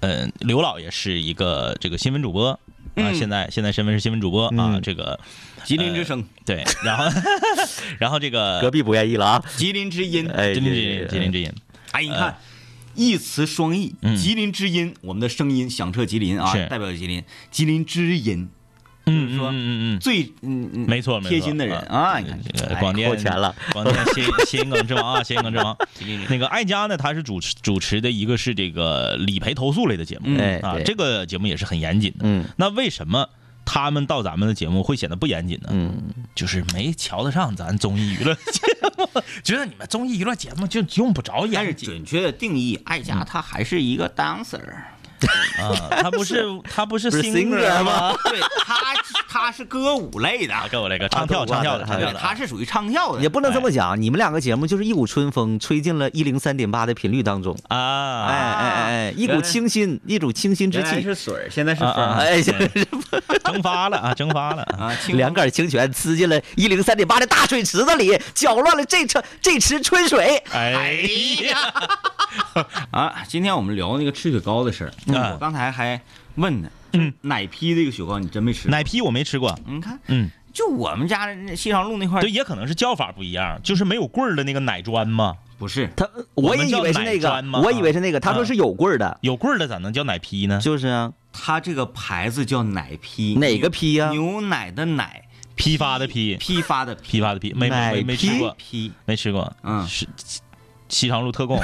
[SPEAKER 2] 嗯，刘老爷是一个这个新闻主播啊，
[SPEAKER 1] 嗯
[SPEAKER 2] 现在现在身份是新闻主播啊，这个
[SPEAKER 1] 吉林之声，
[SPEAKER 2] 对， <laughs> 然后然后这
[SPEAKER 5] 隔
[SPEAKER 2] 个
[SPEAKER 5] 壁不愿意了啊！
[SPEAKER 1] 吉林之音。
[SPEAKER 5] 哎，
[SPEAKER 2] 吉林之音，吉林之音，
[SPEAKER 1] 哎，你看。一词双义，
[SPEAKER 2] 呃嗯
[SPEAKER 1] 吉林之音，我们的声音响彻吉林啊
[SPEAKER 2] 是，
[SPEAKER 1] 代表吉林，吉林之音
[SPEAKER 2] 嗯
[SPEAKER 1] 就是说
[SPEAKER 2] 嗯嗯嗯
[SPEAKER 1] 最嗯嗯
[SPEAKER 2] 没错没错
[SPEAKER 1] 贴心的人啊，你看
[SPEAKER 2] 嗯，这个
[SPEAKER 1] 哎
[SPEAKER 2] 广电
[SPEAKER 5] 扣钱了，
[SPEAKER 2] 广电新 <laughs> 新梗之王啊，新梗之王。 <laughs> 那个艾佳呢，他是主持主持的一个是这个理赔投诉类的节目
[SPEAKER 1] 嗯
[SPEAKER 5] 哎，
[SPEAKER 2] 啊
[SPEAKER 5] 对，
[SPEAKER 2] 这个节目也是很严谨的。
[SPEAKER 5] 嗯
[SPEAKER 2] 那为什么他们到咱们的节目会显得不严谨呢？
[SPEAKER 5] 嗯，
[SPEAKER 2] 就是没瞧得上咱综艺娱乐节目，觉得你们综艺娱乐节目就用不着
[SPEAKER 1] 但是
[SPEAKER 2] 严谨
[SPEAKER 1] 准确的定义，艾
[SPEAKER 2] 嗯
[SPEAKER 1] 佳她还是一个 dancer，
[SPEAKER 2] 啊。 <laughs> 他不是
[SPEAKER 5] <laughs>
[SPEAKER 2] 他不是
[SPEAKER 5] 不是 singer 吗？
[SPEAKER 2] 嗯
[SPEAKER 1] 对她她是歌舞类
[SPEAKER 2] <laughs>
[SPEAKER 1] 的，
[SPEAKER 2] 啊给我来
[SPEAKER 5] 啊
[SPEAKER 2] 个唱跳唱跳的唱
[SPEAKER 1] 对，
[SPEAKER 2] 跳
[SPEAKER 1] 哎
[SPEAKER 2] 的
[SPEAKER 1] 她
[SPEAKER 2] 啊，
[SPEAKER 1] 是属于唱跳
[SPEAKER 5] 也
[SPEAKER 1] 的。
[SPEAKER 5] 不能这么讲，你们两个节目就是一股春风吹进了一零三点八的频率当中，哎 <laughs>
[SPEAKER 2] 啊，
[SPEAKER 5] 哎哎哎，一股清新，一股清新之
[SPEAKER 1] 原来
[SPEAKER 5] 气，
[SPEAKER 1] 是水儿，现在是
[SPEAKER 2] 啊
[SPEAKER 1] 风
[SPEAKER 2] 啊
[SPEAKER 1] 儿
[SPEAKER 5] 哎，
[SPEAKER 2] 蒸发了啊，蒸发了
[SPEAKER 5] <laughs>
[SPEAKER 2] 啊。
[SPEAKER 1] 啊，清
[SPEAKER 5] 两
[SPEAKER 1] 风
[SPEAKER 5] 杆清泉呲进了一零三点八的大水池子里，搅乱了这池这池春水。
[SPEAKER 2] 哎呀， <laughs>
[SPEAKER 1] 啊。今天我们聊那个吃雪糕的事儿，
[SPEAKER 2] 嗯
[SPEAKER 1] 我刚才还问呢，嗯，奶批这个雪糕你真没吃？
[SPEAKER 2] 奶批我没吃过，
[SPEAKER 1] 你看，
[SPEAKER 2] 嗯，
[SPEAKER 1] 就我们家那西长路那块儿
[SPEAKER 2] 对，也可能是叫法不一样，就是没有棍儿的那个奶砖嘛，
[SPEAKER 1] 不是，
[SPEAKER 5] 他，
[SPEAKER 2] 我
[SPEAKER 5] 我
[SPEAKER 2] 们
[SPEAKER 5] 也以
[SPEAKER 2] 叫
[SPEAKER 5] 为是那
[SPEAKER 2] 奶砖吗
[SPEAKER 5] 个，我以为是那个，他
[SPEAKER 1] 啊
[SPEAKER 5] 说是有棍儿的，
[SPEAKER 2] 有棍儿的咋能叫奶批呢？
[SPEAKER 5] 就是啊，
[SPEAKER 1] 它这个牌子叫奶批，
[SPEAKER 5] 哪个批
[SPEAKER 2] 啊
[SPEAKER 5] 呀？
[SPEAKER 1] 牛奶的奶，
[SPEAKER 2] 批发的批，
[SPEAKER 1] 批发的批，
[SPEAKER 2] 批发的批，没没没没
[SPEAKER 5] 奶
[SPEAKER 2] 吃
[SPEAKER 5] 批
[SPEAKER 2] 过，
[SPEAKER 1] 批，
[SPEAKER 2] 没吃过，
[SPEAKER 1] 嗯
[SPEAKER 2] 是西长路特供，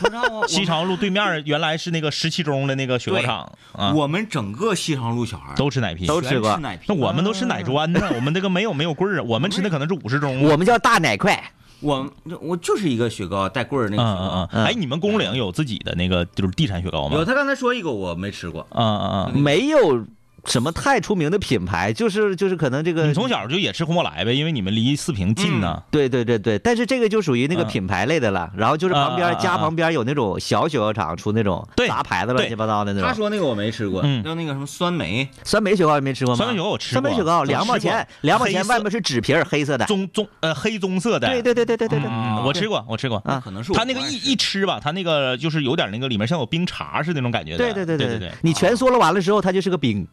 [SPEAKER 1] 不知道啊，
[SPEAKER 2] <laughs> 西长路对面原来是那个十七中的那个雪糕厂啊，
[SPEAKER 1] 我们整个西长路小孩儿
[SPEAKER 2] 都吃奶
[SPEAKER 1] 全
[SPEAKER 2] 皮。
[SPEAKER 5] 都吃过
[SPEAKER 1] 奶皮
[SPEAKER 2] 那。我们都吃奶砖呢，我们那个没有没有棍儿啊，我们吃的可能是五十中。啊
[SPEAKER 5] 我们叫大奶块，
[SPEAKER 1] 我我就是一个雪糕带棍儿那
[SPEAKER 2] 嗯
[SPEAKER 1] 个雪糕
[SPEAKER 2] 嗯，嗯，哎，你们工龄有自己的那个就是地产雪糕
[SPEAKER 1] 有
[SPEAKER 2] 吗？
[SPEAKER 1] 他刚才说一个我没吃过，
[SPEAKER 2] 嗯嗯
[SPEAKER 5] 没有什么太出名的品牌，就是就是可能这
[SPEAKER 2] 嗯，
[SPEAKER 5] 个
[SPEAKER 2] 你从小就也吃红宝来呗，因为你们离四平近呢。
[SPEAKER 5] 对对对对，但是这个就属于那个
[SPEAKER 2] 嗯
[SPEAKER 5] 品牌类的了，然后就是旁
[SPEAKER 2] 啊
[SPEAKER 5] 边
[SPEAKER 2] 啊啊
[SPEAKER 5] 家旁边有那种小雪糕厂出那种
[SPEAKER 2] 对
[SPEAKER 5] 杂牌子乱
[SPEAKER 2] 对
[SPEAKER 5] 七八糟的那
[SPEAKER 1] 他
[SPEAKER 5] 种。
[SPEAKER 1] 说那个我没吃过，
[SPEAKER 2] 嗯
[SPEAKER 1] 叫那个什么酸梅，
[SPEAKER 5] 酸梅雪糕你没吃过吗？
[SPEAKER 2] 酸梅雪糕我吃过
[SPEAKER 5] 酸梅雪糕
[SPEAKER 2] 我吃
[SPEAKER 5] 两毛
[SPEAKER 2] 过
[SPEAKER 5] 钱，两毛
[SPEAKER 2] 黑
[SPEAKER 5] 钱
[SPEAKER 2] 色
[SPEAKER 5] 外面是纸皮儿，黑色的。
[SPEAKER 2] 棕棕呃黑棕色的，
[SPEAKER 5] 嗯对对对对对对对，
[SPEAKER 2] 嗯，我吃过我吃过，
[SPEAKER 5] 啊
[SPEAKER 1] 可能是我
[SPEAKER 2] 它那个一一吃吧，它那个就是有点那个里面像有冰茶似的那种感觉的。
[SPEAKER 5] 对对
[SPEAKER 2] 对
[SPEAKER 5] 对
[SPEAKER 2] 对
[SPEAKER 5] 对，你全嗦了完了之后，它就是个冰。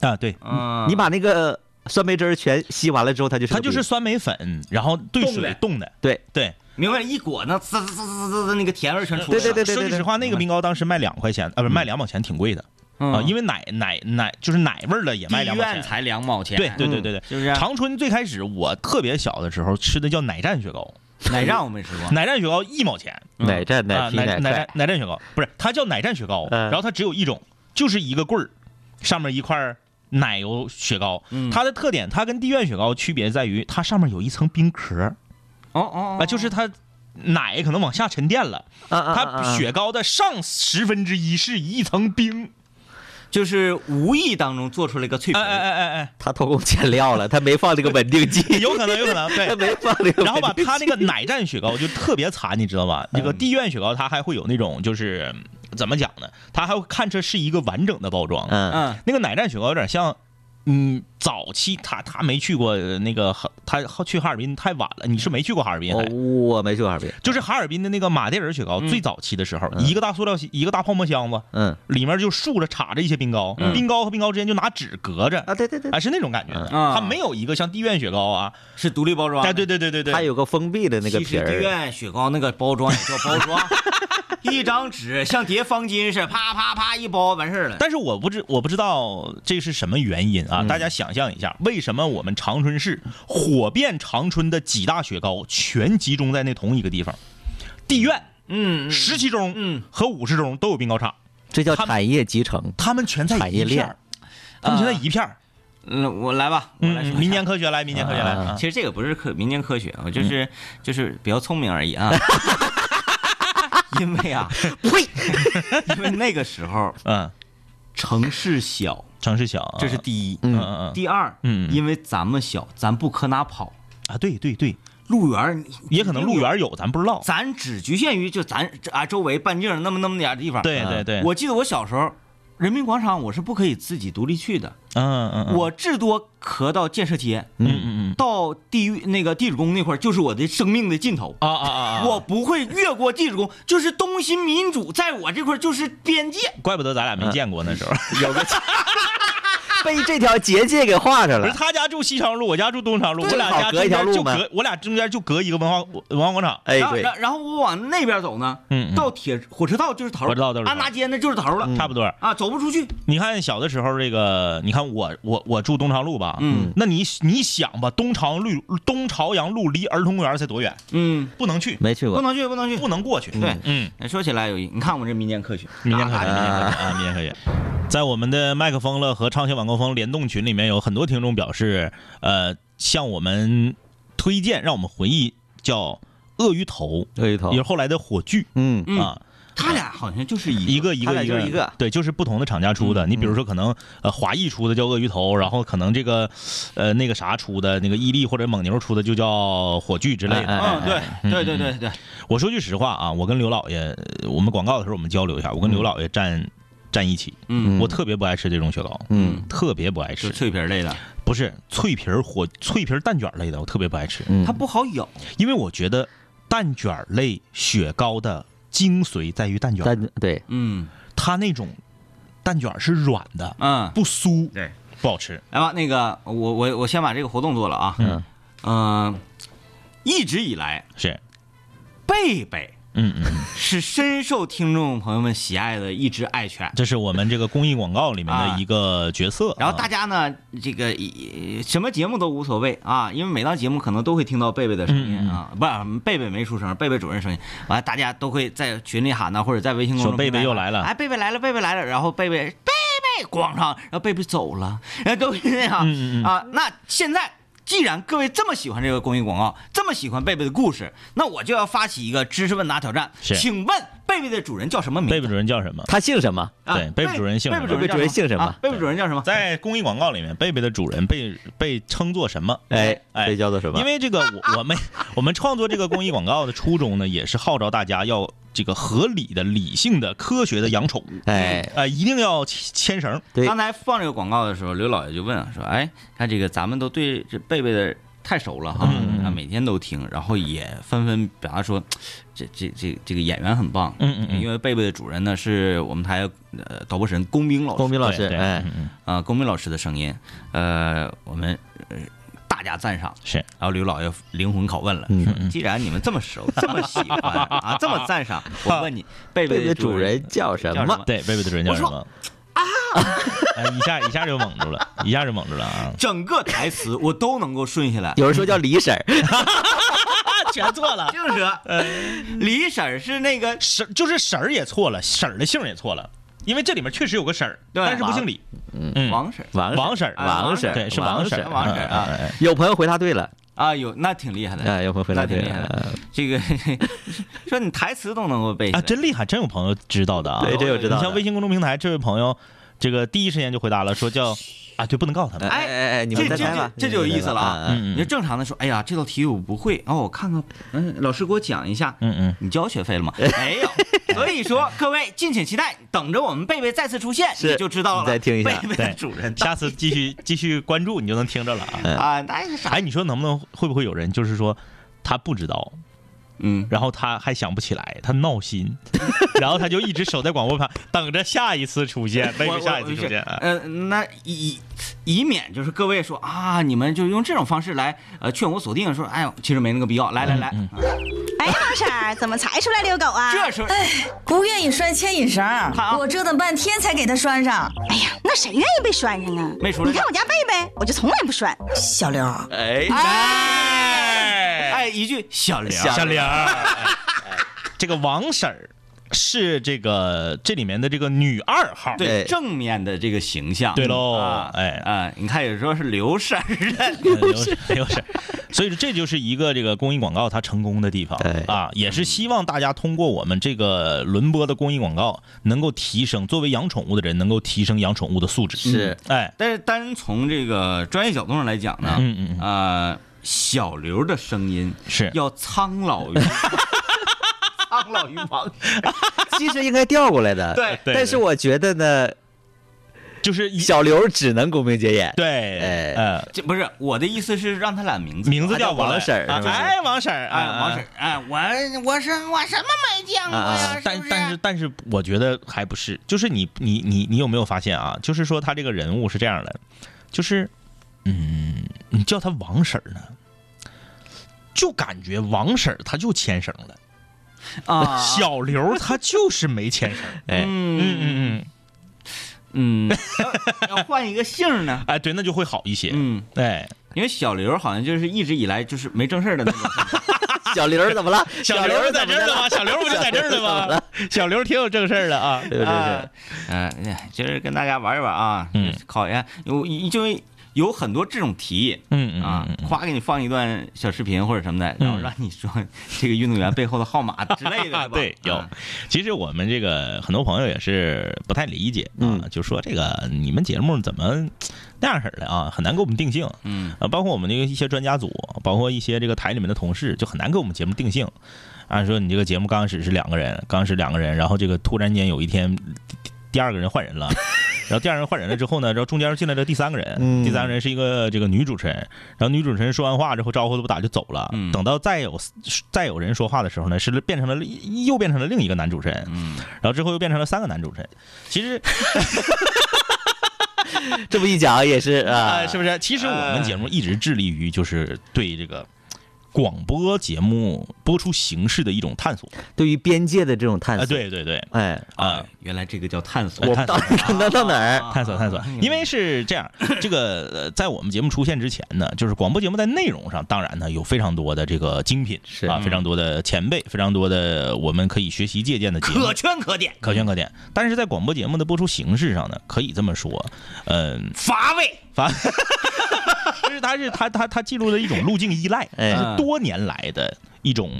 [SPEAKER 2] 啊对，
[SPEAKER 1] 嗯，
[SPEAKER 5] 你把那个酸梅汁儿全吸完了之后，它就是
[SPEAKER 2] 它
[SPEAKER 5] 个
[SPEAKER 2] 就
[SPEAKER 5] 冰
[SPEAKER 2] 是酸梅粉，然后兑
[SPEAKER 1] 冻
[SPEAKER 2] 水
[SPEAKER 1] 的
[SPEAKER 2] 冻的。
[SPEAKER 5] 对
[SPEAKER 2] 对，
[SPEAKER 1] 明白一裹那滋滋滋滋滋滋那个甜味儿全出来
[SPEAKER 5] 对
[SPEAKER 1] 了，
[SPEAKER 5] 对对
[SPEAKER 2] 说句实话，那个冰糕当时卖两块钱，呃，不是卖两毛钱，挺贵的啊，因为奶奶奶就是奶味儿的也
[SPEAKER 1] 嗯地
[SPEAKER 2] 卖两毛
[SPEAKER 1] 嗯院
[SPEAKER 2] 钱。
[SPEAKER 1] 才两毛钱，
[SPEAKER 2] 对对对对
[SPEAKER 1] 是不
[SPEAKER 2] 对，
[SPEAKER 1] 是？
[SPEAKER 2] 长春最开始我特别小的时候吃的叫奶蘸雪糕，
[SPEAKER 1] 奶让我没吃过，
[SPEAKER 2] 奶蘸雪糕一毛钱
[SPEAKER 5] 奶蘸
[SPEAKER 2] 啊
[SPEAKER 5] 奶，皮
[SPEAKER 2] 奶
[SPEAKER 5] 奶
[SPEAKER 2] 奶
[SPEAKER 5] 块
[SPEAKER 2] 蘸奶蘸雪糕不是，它叫奶蘸雪糕，
[SPEAKER 5] 嗯
[SPEAKER 2] 然后它只有一种，就是一个棍儿，上面一块儿奶油雪糕，
[SPEAKER 1] 嗯
[SPEAKER 2] 它的特点，它跟地院雪糕区别在于，它上面有一层冰壳儿
[SPEAKER 1] 哦哦
[SPEAKER 2] 啊，就是它奶可能往下沉淀了，
[SPEAKER 5] 啊啊啊啊
[SPEAKER 2] 它
[SPEAKER 5] 啊
[SPEAKER 2] 雪糕的上十分之一是一层冰，
[SPEAKER 1] 就是无意当中做出了一个
[SPEAKER 5] 嗯
[SPEAKER 1] 脆皮
[SPEAKER 2] 哎，哎哎哎
[SPEAKER 5] 他偷工减料了，他没放这个稳定剂，
[SPEAKER 2] <laughs> 哎，有可能有可能
[SPEAKER 5] <laughs> 他
[SPEAKER 2] 对。
[SPEAKER 5] 没放这个。
[SPEAKER 2] 然后吧，，它那个奶蘸雪糕就特别馋，你知道吧？那个
[SPEAKER 5] 嗯
[SPEAKER 2] 地院雪糕它还会有那种就是怎么讲呢？它还会看这是一个完整的包装，
[SPEAKER 5] <laughs> 嗯
[SPEAKER 1] 嗯
[SPEAKER 2] 那个奶蘸雪糕有点像，嗯，早期他他没去过呃那个哈，他去哈尔滨太晚了，你是没去过哈尔滨还？
[SPEAKER 5] 哦我我没去过哈尔滨，
[SPEAKER 2] 就是哈尔滨的那个马迭尔雪糕，最早期的时候，
[SPEAKER 5] 嗯
[SPEAKER 2] 一个大塑料一个大泡沫箱子，
[SPEAKER 5] 嗯
[SPEAKER 2] 里面就竖着插着一些冰糕，
[SPEAKER 1] 嗯
[SPEAKER 2] 冰糕和冰糕之间就拿纸隔着，
[SPEAKER 5] 啊，对对对，
[SPEAKER 2] 啊，是那种感觉的。
[SPEAKER 1] 嗯
[SPEAKER 2] 它没有一个像地院雪糕啊，
[SPEAKER 1] 是独立包装的，
[SPEAKER 2] 哎，对对对对对，
[SPEAKER 5] 它有个封闭的那个
[SPEAKER 1] 其
[SPEAKER 5] 皮
[SPEAKER 1] 实
[SPEAKER 5] 儿。
[SPEAKER 1] 地院雪糕那个包装也叫包 <laughs> 装，一张纸像叠方巾似的，啪啪啪一包完事儿了。
[SPEAKER 2] 但是我不知我不知道这是什么原因
[SPEAKER 1] 嗯
[SPEAKER 2] 啊！大家想象一下，为什么我们长春市火遍长春的几大雪糕全集中在那同一个地方？地院、
[SPEAKER 1] 嗯，
[SPEAKER 2] 十七中、
[SPEAKER 1] 嗯
[SPEAKER 2] 和五十中都有冰糕厂，
[SPEAKER 5] 这叫
[SPEAKER 2] 他们
[SPEAKER 5] 产业集成。
[SPEAKER 2] 他们全在
[SPEAKER 5] 产
[SPEAKER 2] 一
[SPEAKER 5] 业
[SPEAKER 2] 片
[SPEAKER 5] 链
[SPEAKER 2] 儿，他们全在一片儿。
[SPEAKER 1] 嗯，我来吧，我来说一
[SPEAKER 2] 嗯，
[SPEAKER 1] 下
[SPEAKER 2] 民间。科学来，民间科学来。
[SPEAKER 5] 啊
[SPEAKER 2] 啊
[SPEAKER 1] 其实这个不是科民间科学，我就是就是比较聪明而已 <laughs> 啊。因为啊，
[SPEAKER 4] 呸！
[SPEAKER 1] <laughs> 因为那个时候
[SPEAKER 2] 嗯，
[SPEAKER 1] 城市小，
[SPEAKER 2] 城市小，
[SPEAKER 1] 这是第一。
[SPEAKER 2] 嗯嗯嗯
[SPEAKER 1] 第二，
[SPEAKER 2] 嗯嗯
[SPEAKER 1] 因为咱们小，咱不可哪跑。
[SPEAKER 2] 啊，对对对，
[SPEAKER 1] 路缘儿
[SPEAKER 2] 也可能路，缘有，咱不知道。
[SPEAKER 1] 咱只局限于就咱这啊周围半径儿那么那么点儿地方。
[SPEAKER 2] 对对对，
[SPEAKER 1] 我记得我小时候，人民广场我是不可以自己独立去的，
[SPEAKER 2] 嗯嗯嗯，
[SPEAKER 1] 我至多咳到建设街，
[SPEAKER 2] 嗯嗯嗯
[SPEAKER 1] 到地狱那个地主宫那块儿就是我的生命的尽头。
[SPEAKER 2] 啊啊啊啊！
[SPEAKER 1] 我不会越过地主宫，就是东新民主在我这块儿就是边界。
[SPEAKER 2] 怪不得咱俩没见过那时候。
[SPEAKER 5] 有个 <laughs> 被这条结界给画上
[SPEAKER 2] 不是
[SPEAKER 5] 了。
[SPEAKER 2] 他家住西长路，我家住东长路，
[SPEAKER 5] 对
[SPEAKER 2] 我俩家
[SPEAKER 5] 正好隔一条
[SPEAKER 2] 中间就
[SPEAKER 5] 路嘛
[SPEAKER 2] 隔，我俩中间就隔一个文化文化广场。
[SPEAKER 5] 哎，
[SPEAKER 1] 然后
[SPEAKER 5] 对，
[SPEAKER 1] 然然后我往那边走呢，
[SPEAKER 2] 嗯嗯
[SPEAKER 1] 到铁火车道就是头儿，
[SPEAKER 2] 火车道就是头儿嗯
[SPEAKER 1] 安达街那就是头儿了、
[SPEAKER 5] 嗯
[SPEAKER 2] 差不多，
[SPEAKER 1] 啊，走不出去。
[SPEAKER 2] 你看小的时候这个，你看我我我住东长路吧，
[SPEAKER 1] 嗯，
[SPEAKER 2] 那你你想吧，东长路东朝阳路离儿童公园才多远，
[SPEAKER 1] 嗯，
[SPEAKER 2] 不能去，
[SPEAKER 5] 没去
[SPEAKER 1] 不
[SPEAKER 5] 过。
[SPEAKER 1] 能去，不能去。
[SPEAKER 2] 不能过去。
[SPEAKER 1] 对
[SPEAKER 2] 嗯，
[SPEAKER 1] 说起来有意，你看我这民间科学，
[SPEAKER 2] 民间科学，
[SPEAKER 1] 啊
[SPEAKER 2] 民间科学啊，民间科学。在我们的麦克风了和畅行晚高峰联动群里面，有很多听众表示，呃，向我们推荐，让我们回忆叫鳄鱼头，
[SPEAKER 5] 鳄鱼头
[SPEAKER 2] 也是后来的火炬
[SPEAKER 5] 嗯，
[SPEAKER 1] 嗯
[SPEAKER 2] 啊。
[SPEAKER 1] 他俩好像就是一
[SPEAKER 2] 一个一
[SPEAKER 5] 他
[SPEAKER 2] 个
[SPEAKER 5] 俩就是一个嗯
[SPEAKER 2] 对，就是不同的厂家出的。你比如说，可能呃华谊出的叫鳄鱼头，然后可能这个呃那个啥出的，那个伊利或者蒙牛出的就叫火炬之类
[SPEAKER 5] 哎
[SPEAKER 2] 的。
[SPEAKER 5] 哎
[SPEAKER 1] 嗯，对
[SPEAKER 2] 嗯
[SPEAKER 1] 对对对对，
[SPEAKER 2] 我说句实话啊，我跟刘老爷，呃我们广告的时候我们交流一下，我跟刘老爷站站一起，
[SPEAKER 1] 嗯
[SPEAKER 2] 我特别不爱吃这种雪糕，
[SPEAKER 5] 嗯，
[SPEAKER 2] 特别不爱
[SPEAKER 1] 就
[SPEAKER 2] 吃，
[SPEAKER 1] 脆皮儿类的，
[SPEAKER 2] 不是脆皮儿火脆皮儿蛋卷儿类的，我特别不爱吃，
[SPEAKER 5] 嗯
[SPEAKER 1] 它不好咬。
[SPEAKER 2] 因为我觉得蛋卷儿类雪糕的精髓在于蛋卷儿，
[SPEAKER 5] 但对
[SPEAKER 1] 嗯
[SPEAKER 2] 它那种蛋卷儿是软的，
[SPEAKER 1] 嗯，
[SPEAKER 2] 不酥，
[SPEAKER 1] 对，
[SPEAKER 2] 不好吃。
[SPEAKER 1] 来吧，那个我我我先把这个活动做了啊。
[SPEAKER 5] 嗯
[SPEAKER 1] 嗯、一直以来，
[SPEAKER 2] 是，
[SPEAKER 1] 贝贝
[SPEAKER 2] 嗯嗯，
[SPEAKER 1] 是深受听众朋友们喜爱的一只爱犬。
[SPEAKER 2] 这是我们这个公益广告里面
[SPEAKER 1] 啊
[SPEAKER 2] 的一个角色。
[SPEAKER 1] 然后
[SPEAKER 2] 啊
[SPEAKER 1] 大家呢，这个一什么节目都无所谓啊，因为每档节目可能都会听到贝贝的声
[SPEAKER 2] 嗯
[SPEAKER 1] 音啊，不，贝贝没出声，贝贝主任声音。完，了，大家都会在群里喊呐，或者在微信公众
[SPEAKER 2] 说贝贝
[SPEAKER 1] 平台
[SPEAKER 2] 又
[SPEAKER 1] 喊
[SPEAKER 2] 来了
[SPEAKER 1] 哎，贝贝来了，贝贝来了。然后贝贝贝贝咣上，然后贝贝走了， <laughs> 然后都是那样、
[SPEAKER 2] 嗯嗯嗯
[SPEAKER 1] 啊。那现在。既然各位这么喜欢这个公益广告，这么喜欢贝贝的故事，那我就要发起一个知识问答挑战。
[SPEAKER 2] 是
[SPEAKER 1] 请问贝贝的主人叫什么名字？
[SPEAKER 2] 贝贝主任叫什么？
[SPEAKER 5] 他姓什么？
[SPEAKER 1] 啊
[SPEAKER 2] 对贝贝主人姓
[SPEAKER 1] 贝
[SPEAKER 2] 什么
[SPEAKER 1] 贝
[SPEAKER 5] 贝贝主人姓什么
[SPEAKER 1] 啊贝贝主人叫什么？
[SPEAKER 2] 在公益广告里面，贝贝的主人被被称作什么？
[SPEAKER 5] 哎，
[SPEAKER 2] 哎
[SPEAKER 5] 这叫做什么？
[SPEAKER 2] 因为这个，我我 <laughs> 们我们创作这个公益广告的初衷呢，也是号召大家要这个合理的、理性的、科学的养宠物，
[SPEAKER 5] 哎，
[SPEAKER 2] 呃，一定要牵牵绳儿。
[SPEAKER 5] 对
[SPEAKER 1] 刚才放这个广告的时候，刘老爷就问啊说：“哎，看这个咱们都对这贝贝的太熟了哈，
[SPEAKER 2] 嗯嗯
[SPEAKER 1] 啊每天都听，然后也纷纷表达说，这这这这个演员很棒，
[SPEAKER 2] 嗯嗯嗯
[SPEAKER 1] 因为贝贝的主人呢是我们台呃导播神龚兵老师
[SPEAKER 5] 龚斌老师，
[SPEAKER 2] 对对
[SPEAKER 5] 哎
[SPEAKER 2] 嗯，嗯
[SPEAKER 1] 啊，龚兵老师的声音，呃，我们呃大加赞赏。
[SPEAKER 2] 是
[SPEAKER 1] 然后刘老爷灵魂拷问了，
[SPEAKER 5] 嗯
[SPEAKER 1] 说：既然你们这么熟，这么喜欢啊，这么赞赏，我问你，贝
[SPEAKER 5] <laughs> 贝
[SPEAKER 1] 的
[SPEAKER 5] 贝主人叫什
[SPEAKER 1] 叫什
[SPEAKER 5] 么
[SPEAKER 1] 么？
[SPEAKER 2] 对贝贝的主人叫什么？ <laughs> 啊！一下一下就蒙住了，一下就蒙住了啊！
[SPEAKER 1] 整个台词我都能够顺下来。”
[SPEAKER 5] 有人说叫李婶儿，
[SPEAKER 2] 啊全
[SPEAKER 1] <laughs>
[SPEAKER 2] 错了，
[SPEAKER 1] 就是，李婶儿是那个
[SPEAKER 2] 婶就是婶儿也错了，婶儿的姓儿也错了，因为这里面确实有个婶儿，
[SPEAKER 1] 对
[SPEAKER 2] 但是不姓李，嗯，
[SPEAKER 1] 王婶儿
[SPEAKER 5] 王
[SPEAKER 2] 王婶儿
[SPEAKER 1] 啊
[SPEAKER 5] 王婶儿，
[SPEAKER 2] 对是
[SPEAKER 5] 王
[SPEAKER 2] 王婶
[SPEAKER 5] 婶
[SPEAKER 2] 儿
[SPEAKER 1] 王婶儿啊
[SPEAKER 2] 哎哎哎
[SPEAKER 5] 有朋友回答对了，
[SPEAKER 1] 啊，有那挺厉害的，
[SPEAKER 5] 哎，有朋友回答对
[SPEAKER 1] 那挺厉害
[SPEAKER 5] 了
[SPEAKER 1] 的，这个 <laughs> 说你台词都能够背下
[SPEAKER 2] 啊，
[SPEAKER 1] 来
[SPEAKER 2] 真厉害，真有朋友知道的啊！
[SPEAKER 5] 哎对，这我知道
[SPEAKER 2] 你
[SPEAKER 5] 的。
[SPEAKER 2] 像微信公众平台这位朋友，这个第一时间就回答了，说叫啊，对，不能告诉他们。
[SPEAKER 1] 哎
[SPEAKER 5] 哎哎哎，你
[SPEAKER 1] 这
[SPEAKER 5] 们
[SPEAKER 1] 这
[SPEAKER 5] 再猜
[SPEAKER 1] 就
[SPEAKER 5] 吧，
[SPEAKER 1] 这就有意思了啊！
[SPEAKER 5] 嗯
[SPEAKER 1] 你说正常的说，哎呀，这道题我不会，哦，我看看，嗯，老师给我讲一下。
[SPEAKER 2] 嗯嗯，
[SPEAKER 1] 你交学费了
[SPEAKER 5] <laughs>
[SPEAKER 1] 吗？没有，所以说各位敬请期待，等着我们贝贝再次出现，
[SPEAKER 5] 是
[SPEAKER 1] 你就知道了。
[SPEAKER 5] 你再听一下
[SPEAKER 1] 贝贝的
[SPEAKER 2] 嗯对，
[SPEAKER 1] 主人
[SPEAKER 2] 下次继续继续关注，你就能听着了啊。
[SPEAKER 1] 啊，那是啥？
[SPEAKER 2] 哎，你说能不能会不会有人就是说他不知道，
[SPEAKER 1] 嗯，
[SPEAKER 2] 然后他还想不起来，他闹心，然后他就一直守在广播旁，等着下一次出现，为
[SPEAKER 1] 我
[SPEAKER 2] 了下一
[SPEAKER 1] 我
[SPEAKER 2] 次出
[SPEAKER 1] 是
[SPEAKER 2] 现。哎
[SPEAKER 1] 呃，那以以免就是各位说啊，你们就用这种方式来呃劝我锁定，说哎呦，其实没那个必要。来来来，
[SPEAKER 2] 嗯
[SPEAKER 6] 哎，王婶儿，怎么才出来遛狗啊？
[SPEAKER 1] 这时候
[SPEAKER 7] 哎不愿意拴牵引绳儿
[SPEAKER 1] 看啊，
[SPEAKER 7] 我折腾半天才给它拴上。
[SPEAKER 6] 哎呀，那谁愿意被拴上啊？
[SPEAKER 1] 没出来
[SPEAKER 6] 你看我家贝贝，我就从来不拴。
[SPEAKER 7] 小刘，
[SPEAKER 2] 嗯
[SPEAKER 5] 哎，
[SPEAKER 1] 啊哎一句小刘，
[SPEAKER 5] 小
[SPEAKER 2] 小玲儿，哎这个王婶儿是这个这里面的这个女二号，
[SPEAKER 1] 对
[SPEAKER 5] 哎
[SPEAKER 1] 正面的这个形象，
[SPEAKER 2] 对喽
[SPEAKER 1] 啊
[SPEAKER 2] 哎
[SPEAKER 1] 啊，你看有时候是刘婶儿的，
[SPEAKER 2] 流水流水，所以说这就是一个这个公益广告它成功的地方
[SPEAKER 5] 对
[SPEAKER 2] 啊，也是希望大家通过我们这个轮播的公益广告，能够提升作为养宠物的人能够提升养宠物的素质。
[SPEAKER 5] 是
[SPEAKER 2] 嗯，哎，
[SPEAKER 1] <laughs> 但是单从这个专业角度上来讲
[SPEAKER 5] 啊
[SPEAKER 1] 呢，
[SPEAKER 2] 嗯嗯嗯
[SPEAKER 1] 呃，小刘的声音
[SPEAKER 2] 是
[SPEAKER 1] 要苍老于 <laughs> 苍老于王，
[SPEAKER 5] 其实应该调过来的，
[SPEAKER 1] 对
[SPEAKER 2] 啊对
[SPEAKER 5] 但是我觉得呢，
[SPEAKER 2] 就是一
[SPEAKER 5] 小刘只能公平结眼，
[SPEAKER 2] 对，
[SPEAKER 5] 哎
[SPEAKER 2] 呃，
[SPEAKER 1] 这不是我的意思是让他俩名字
[SPEAKER 2] 名字
[SPEAKER 5] 啊
[SPEAKER 2] 叫
[SPEAKER 5] 叫王
[SPEAKER 2] 来
[SPEAKER 5] 婶儿
[SPEAKER 2] 啊
[SPEAKER 5] 是不是
[SPEAKER 2] 哎，王婶儿，
[SPEAKER 1] 哎，王婶
[SPEAKER 2] 啊。
[SPEAKER 1] 儿，哎，我我是我什么没见过
[SPEAKER 5] 啊
[SPEAKER 1] 呀？
[SPEAKER 2] 但
[SPEAKER 1] 不
[SPEAKER 2] 但是但是，我觉得还不是，就是你你你你有没有发现啊？就是说他这个人物是这样的，就是，嗯，你叫他王婶儿呢，就感觉王婶儿她就牵绳了，
[SPEAKER 1] 啊， <laughs>
[SPEAKER 2] 小刘儿他就是没牵绳。
[SPEAKER 5] 哎，
[SPEAKER 1] 嗯嗯
[SPEAKER 2] 嗯嗯，
[SPEAKER 1] 嗯， <laughs> 要要换一个姓儿呢？
[SPEAKER 2] <laughs> 哎，对，那就会好一些。
[SPEAKER 1] 嗯，
[SPEAKER 2] 哎，
[SPEAKER 1] 因为小刘好像就是一直以来就是没正事儿的那种。
[SPEAKER 5] 小刘怎么了？
[SPEAKER 2] <laughs> 小刘儿
[SPEAKER 5] 刘
[SPEAKER 2] 在这儿呢
[SPEAKER 5] 了？
[SPEAKER 2] 吗？小刘儿不就在这儿呢吗？小刘儿挺有正事儿的啊。
[SPEAKER 5] 对对对
[SPEAKER 1] <laughs> 啊，嗯、今儿跟大家玩一玩啊，
[SPEAKER 2] 嗯
[SPEAKER 1] 考验有就有很多这种题
[SPEAKER 2] 嗯嗯
[SPEAKER 1] 啊
[SPEAKER 2] 嗯，嗯
[SPEAKER 1] 夸给你放一段小视频或者什么的，然后
[SPEAKER 2] 嗯
[SPEAKER 1] 让你说 <laughs> 这个运动员背后的号
[SPEAKER 2] <laughs>
[SPEAKER 1] 码之类的，是吧
[SPEAKER 2] 对，有
[SPEAKER 1] 啊。
[SPEAKER 2] 其实我们这个很多朋友也是不太理解啊，
[SPEAKER 5] 嗯
[SPEAKER 2] 就说这个你们节目怎么那样式儿的啊，很难给我们定性。
[SPEAKER 1] 嗯
[SPEAKER 2] 啊，包括我们这个一些专家组，包括一些这个台里面的同事，就很难给我们节目定性。按说你这个节目刚开始是两个人，刚开始两个人，然后这个突然间有一天，第第二个人换人
[SPEAKER 1] <laughs>
[SPEAKER 2] 了。然后第二个人换人了之后呢，然后中间又进来了第三个
[SPEAKER 1] 嗯
[SPEAKER 2] 人，第三个人是一个这个女主持人，然后女主持人说完话之后招呼都不打就走了。
[SPEAKER 1] 嗯
[SPEAKER 2] 等到再有再有人说话的时候呢，是变成了又变成了另一个男主持人，
[SPEAKER 1] 嗯，
[SPEAKER 2] 然后之后又变成了三个男主持人。其实
[SPEAKER 5] 这么一讲也是啊啊
[SPEAKER 2] 啊呃啊，，是不是？其实我们节目一直致力于就是对这个广播节目播出形式的一种探索。
[SPEAKER 5] 对于边界的这种探
[SPEAKER 2] 啊、
[SPEAKER 5] 索，，
[SPEAKER 2] 对对对，
[SPEAKER 5] 哎，
[SPEAKER 2] 啊、
[SPEAKER 1] 原来这个叫探索
[SPEAKER 2] 哎
[SPEAKER 5] 我
[SPEAKER 2] 探
[SPEAKER 5] 们
[SPEAKER 2] 索啊
[SPEAKER 5] 到底能到哪儿？
[SPEAKER 2] 探索探索，因为是这样，这个呃在我们节目出现之前呢，就是广播节目在内容上，当然呢有非常多的这个精品，
[SPEAKER 5] 是
[SPEAKER 2] 啊，非常多的前辈，非常多的我们可以学习借鉴的节目
[SPEAKER 1] 可，圈可点，
[SPEAKER 2] 可圈可点。但是在广播节目的播出形式上呢，可以这么说，嗯、
[SPEAKER 1] 乏味。
[SPEAKER 2] 反 <laughs> 就是它是它它它记录了一种路径依赖，
[SPEAKER 5] 哎
[SPEAKER 2] 就是多年来的一种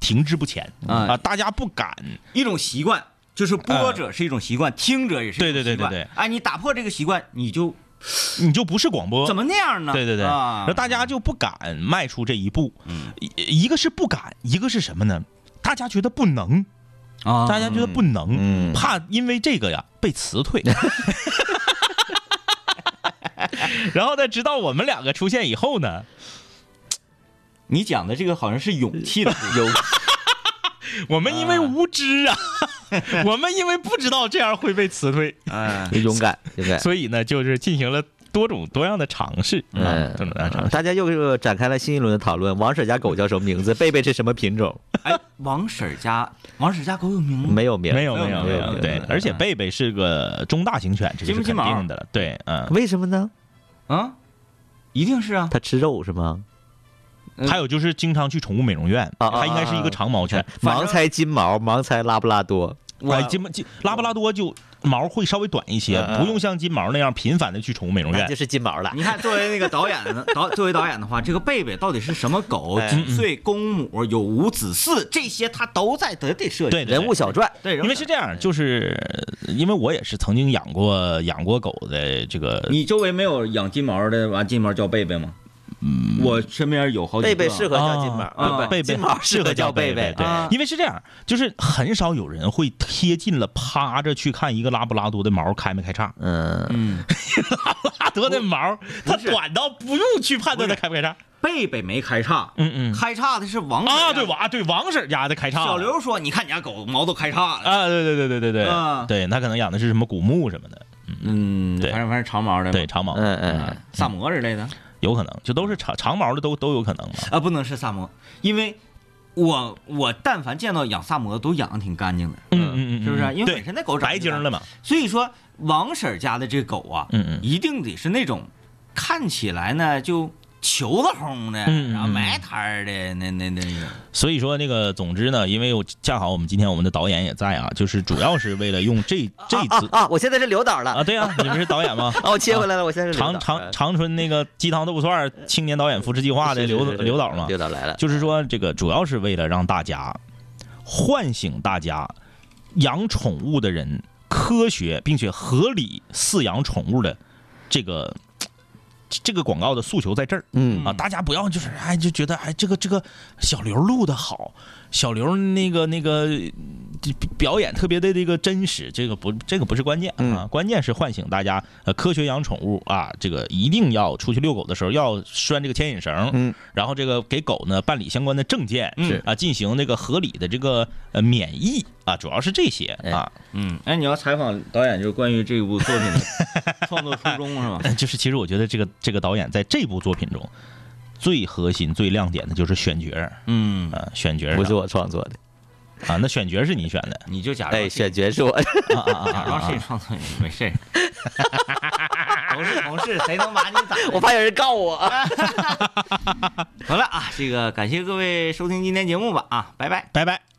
[SPEAKER 2] 停滞不前
[SPEAKER 1] 啊
[SPEAKER 2] 啊，大家不敢
[SPEAKER 1] 一种习惯，就是播者是一种习惯，听者也是一种
[SPEAKER 2] 嗯对对对
[SPEAKER 1] 习惯
[SPEAKER 2] 对对。
[SPEAKER 1] 哎，你打破这个习惯，你就
[SPEAKER 2] 你就不是广播，
[SPEAKER 1] 怎么那样呢？
[SPEAKER 2] 对对对，
[SPEAKER 1] 啊嗯
[SPEAKER 2] 然后大家就不敢迈出这一步，一一个是不敢，一个是什么呢？大家觉得不能，
[SPEAKER 1] 啊
[SPEAKER 2] 大家觉得不能，
[SPEAKER 5] 嗯，
[SPEAKER 2] 怕因为这个呀被辞
[SPEAKER 1] <laughs>
[SPEAKER 2] 退。 <laughs> 然后呢，直到我们两个出现以后呢，
[SPEAKER 1] 你讲的这个好像是勇
[SPEAKER 2] <laughs>
[SPEAKER 1] 气的部分，
[SPEAKER 2] 我们因为无知啊， <laughs> 我们因为不知道这样会被辞退，
[SPEAKER 1] 嗯，
[SPEAKER 5] 勇敢，勇敢。
[SPEAKER 2] 所以呢，就是进行了多种多样的尝试，啊
[SPEAKER 5] 嗯
[SPEAKER 2] 多种多样的尝，试。
[SPEAKER 5] 大家又又展开了新一轮的讨论。王婶家狗叫什么名字？贝贝是什么品种？
[SPEAKER 1] 哎，王婶儿家，王婶儿家狗有名吗？
[SPEAKER 5] 哎没有名，
[SPEAKER 2] 嗯没有没有
[SPEAKER 1] 没
[SPEAKER 2] 没
[SPEAKER 1] 有
[SPEAKER 2] 有，
[SPEAKER 1] 没有
[SPEAKER 2] 对
[SPEAKER 5] 嗯，
[SPEAKER 2] 而且贝贝是个中大型犬，这
[SPEAKER 1] 金
[SPEAKER 2] 是
[SPEAKER 1] 不金
[SPEAKER 2] 肯
[SPEAKER 1] 毛
[SPEAKER 2] 定的了，对，嗯，
[SPEAKER 5] 为什么呢？
[SPEAKER 1] 啊，一定是啊，
[SPEAKER 5] 它吃肉是吗？
[SPEAKER 1] 嗯
[SPEAKER 2] 还有就是经常去宠物美容院，
[SPEAKER 5] 啊啊
[SPEAKER 2] 它应该是一个长毛犬。
[SPEAKER 1] 反正
[SPEAKER 5] 哎盲猜金毛，盲猜拉布拉多。
[SPEAKER 1] 我
[SPEAKER 2] 哎金毛金拉布拉多就毛会稍微短一些，
[SPEAKER 5] 嗯嗯
[SPEAKER 2] 不用像金毛那样频繁的去宠物美容
[SPEAKER 5] 啊那就
[SPEAKER 2] 院。
[SPEAKER 5] 是金毛了。
[SPEAKER 1] 你看，作为那个导演的 <laughs> 导，作为导演的话，这个贝贝到底是什么狗？
[SPEAKER 2] 嗯
[SPEAKER 5] 哎
[SPEAKER 1] 几岁？公母？有无子嗣？这些他都在得得设计。
[SPEAKER 2] 对对对
[SPEAKER 5] 人物小传，
[SPEAKER 1] 对，
[SPEAKER 2] 因为是这样，就是呃因为我也是曾经养过养过狗的这个，
[SPEAKER 1] 你周围没有养金毛的，完金毛叫贝贝吗？嗯，我身边有好几
[SPEAKER 5] 贝
[SPEAKER 1] 个
[SPEAKER 5] 贝适合叫金毛，
[SPEAKER 2] 啊
[SPEAKER 5] 不
[SPEAKER 1] 啊
[SPEAKER 5] 不
[SPEAKER 2] 贝贝
[SPEAKER 5] 金毛适合叫贝
[SPEAKER 2] 贝，
[SPEAKER 5] 贝。
[SPEAKER 2] 对
[SPEAKER 1] 啊，
[SPEAKER 2] 因为是这样，就是很少有人会贴近了趴着去看一个拉布拉多的毛开没开叉，
[SPEAKER 5] 嗯，
[SPEAKER 1] 嗯，
[SPEAKER 2] <laughs> 拉多的毛它
[SPEAKER 1] 不是
[SPEAKER 2] 短到不用去判断它开不开叉，
[SPEAKER 1] 贝贝没开叉，
[SPEAKER 2] 嗯嗯
[SPEAKER 1] 开叉的是王
[SPEAKER 2] 啊，
[SPEAKER 1] 婶
[SPEAKER 2] 对
[SPEAKER 1] 儿家。
[SPEAKER 2] 王啊对王婶儿家的开叉了，
[SPEAKER 1] 小刘说：“你看你家狗毛都开叉了。
[SPEAKER 2] 啊，对对对对对
[SPEAKER 1] 啊
[SPEAKER 2] 对，对，他可能养的是什么古牧什么的，”
[SPEAKER 1] 嗯，
[SPEAKER 2] 对
[SPEAKER 1] 反正反正长毛的嘛，
[SPEAKER 2] 对，嗯长毛，啊
[SPEAKER 5] 嗯嗯，
[SPEAKER 1] 萨摩之类的
[SPEAKER 2] 有可能，就都是长长毛的都都有可能嘛。
[SPEAKER 1] 啊，不能是萨摩，因为我我但凡见到养萨摩都养的挺干净的，
[SPEAKER 2] 嗯嗯嗯，
[SPEAKER 1] 是不是？
[SPEAKER 2] 嗯
[SPEAKER 1] 因为
[SPEAKER 2] 对
[SPEAKER 1] 本身那狗长
[SPEAKER 2] 白
[SPEAKER 1] 得
[SPEAKER 2] 净
[SPEAKER 1] 就
[SPEAKER 2] 了嘛？
[SPEAKER 1] 所以说王婶儿家的这狗啊，
[SPEAKER 2] 嗯嗯
[SPEAKER 1] 一定得是那种看起来呢就球子红的，
[SPEAKER 2] 嗯嗯
[SPEAKER 1] 然后埋汰儿的那那那个。
[SPEAKER 2] 所以说那个，总之呢，因为我恰好我们今天我们的导演也在啊，就是主要是为了用这这 <laughs>
[SPEAKER 5] 啊
[SPEAKER 2] 次
[SPEAKER 5] 啊！我现在是刘导了
[SPEAKER 2] 啊，，对啊，你们是导演吗？
[SPEAKER 5] 哦，我切回来了，我现在是刘
[SPEAKER 2] 长
[SPEAKER 5] 导啊
[SPEAKER 2] 长长春那个鸡汤豆腐串
[SPEAKER 5] <laughs>
[SPEAKER 2] 儿青年导演扶持计划的
[SPEAKER 5] 是是
[SPEAKER 2] 刘
[SPEAKER 5] 是是
[SPEAKER 2] 刘导嘛，
[SPEAKER 5] 刘导来了，
[SPEAKER 2] 就是说这个主要是为了让大家唤醒大家养宠物的人科学并且合理饲养宠物的这个。这个广告的诉求在这儿
[SPEAKER 5] 嗯
[SPEAKER 2] 啊，大家不要就是哎就觉得哎这个这个小刘录的好，小刘那个那个这表演特别的这个真实，这个不这个不是关键
[SPEAKER 5] 嗯
[SPEAKER 2] 啊，关键是唤醒大家呃科学养宠物啊，这个一定要出去遛狗的时候要拴这个牵引绳，
[SPEAKER 5] 嗯，
[SPEAKER 2] 然后这个给狗呢办理相关的证件，
[SPEAKER 5] 是
[SPEAKER 2] 啊，进行这个合理的这个呃免疫啊，主要是这些啊， <laughs>
[SPEAKER 1] 嗯，哎，你要采访导演，就是关于这部作品的 <laughs> 创作初衷是吗？
[SPEAKER 2] 就是其实我觉得这个这个导演在这部作品中最核心、最亮点的就是选角儿
[SPEAKER 1] 嗯，
[SPEAKER 2] 啊，选角儿
[SPEAKER 5] 不是我创作的，
[SPEAKER 2] 啊，那选角儿是你选的
[SPEAKER 1] 你就假装
[SPEAKER 5] 哎，
[SPEAKER 1] 是
[SPEAKER 5] 选角是我，
[SPEAKER 2] 啊啊啊
[SPEAKER 1] <laughs>
[SPEAKER 2] 啊
[SPEAKER 1] 假
[SPEAKER 2] 啊
[SPEAKER 1] 装
[SPEAKER 2] 啊
[SPEAKER 1] 是你创作，没事儿。 <laughs> 同事同事，谁能把你 <laughs> 咋
[SPEAKER 5] <laughs>
[SPEAKER 1] 的？
[SPEAKER 5] 我怕有人告我。
[SPEAKER 1] 好了啊，这个感谢各位收听今天节目吧啊，拜拜。
[SPEAKER 2] 拜拜。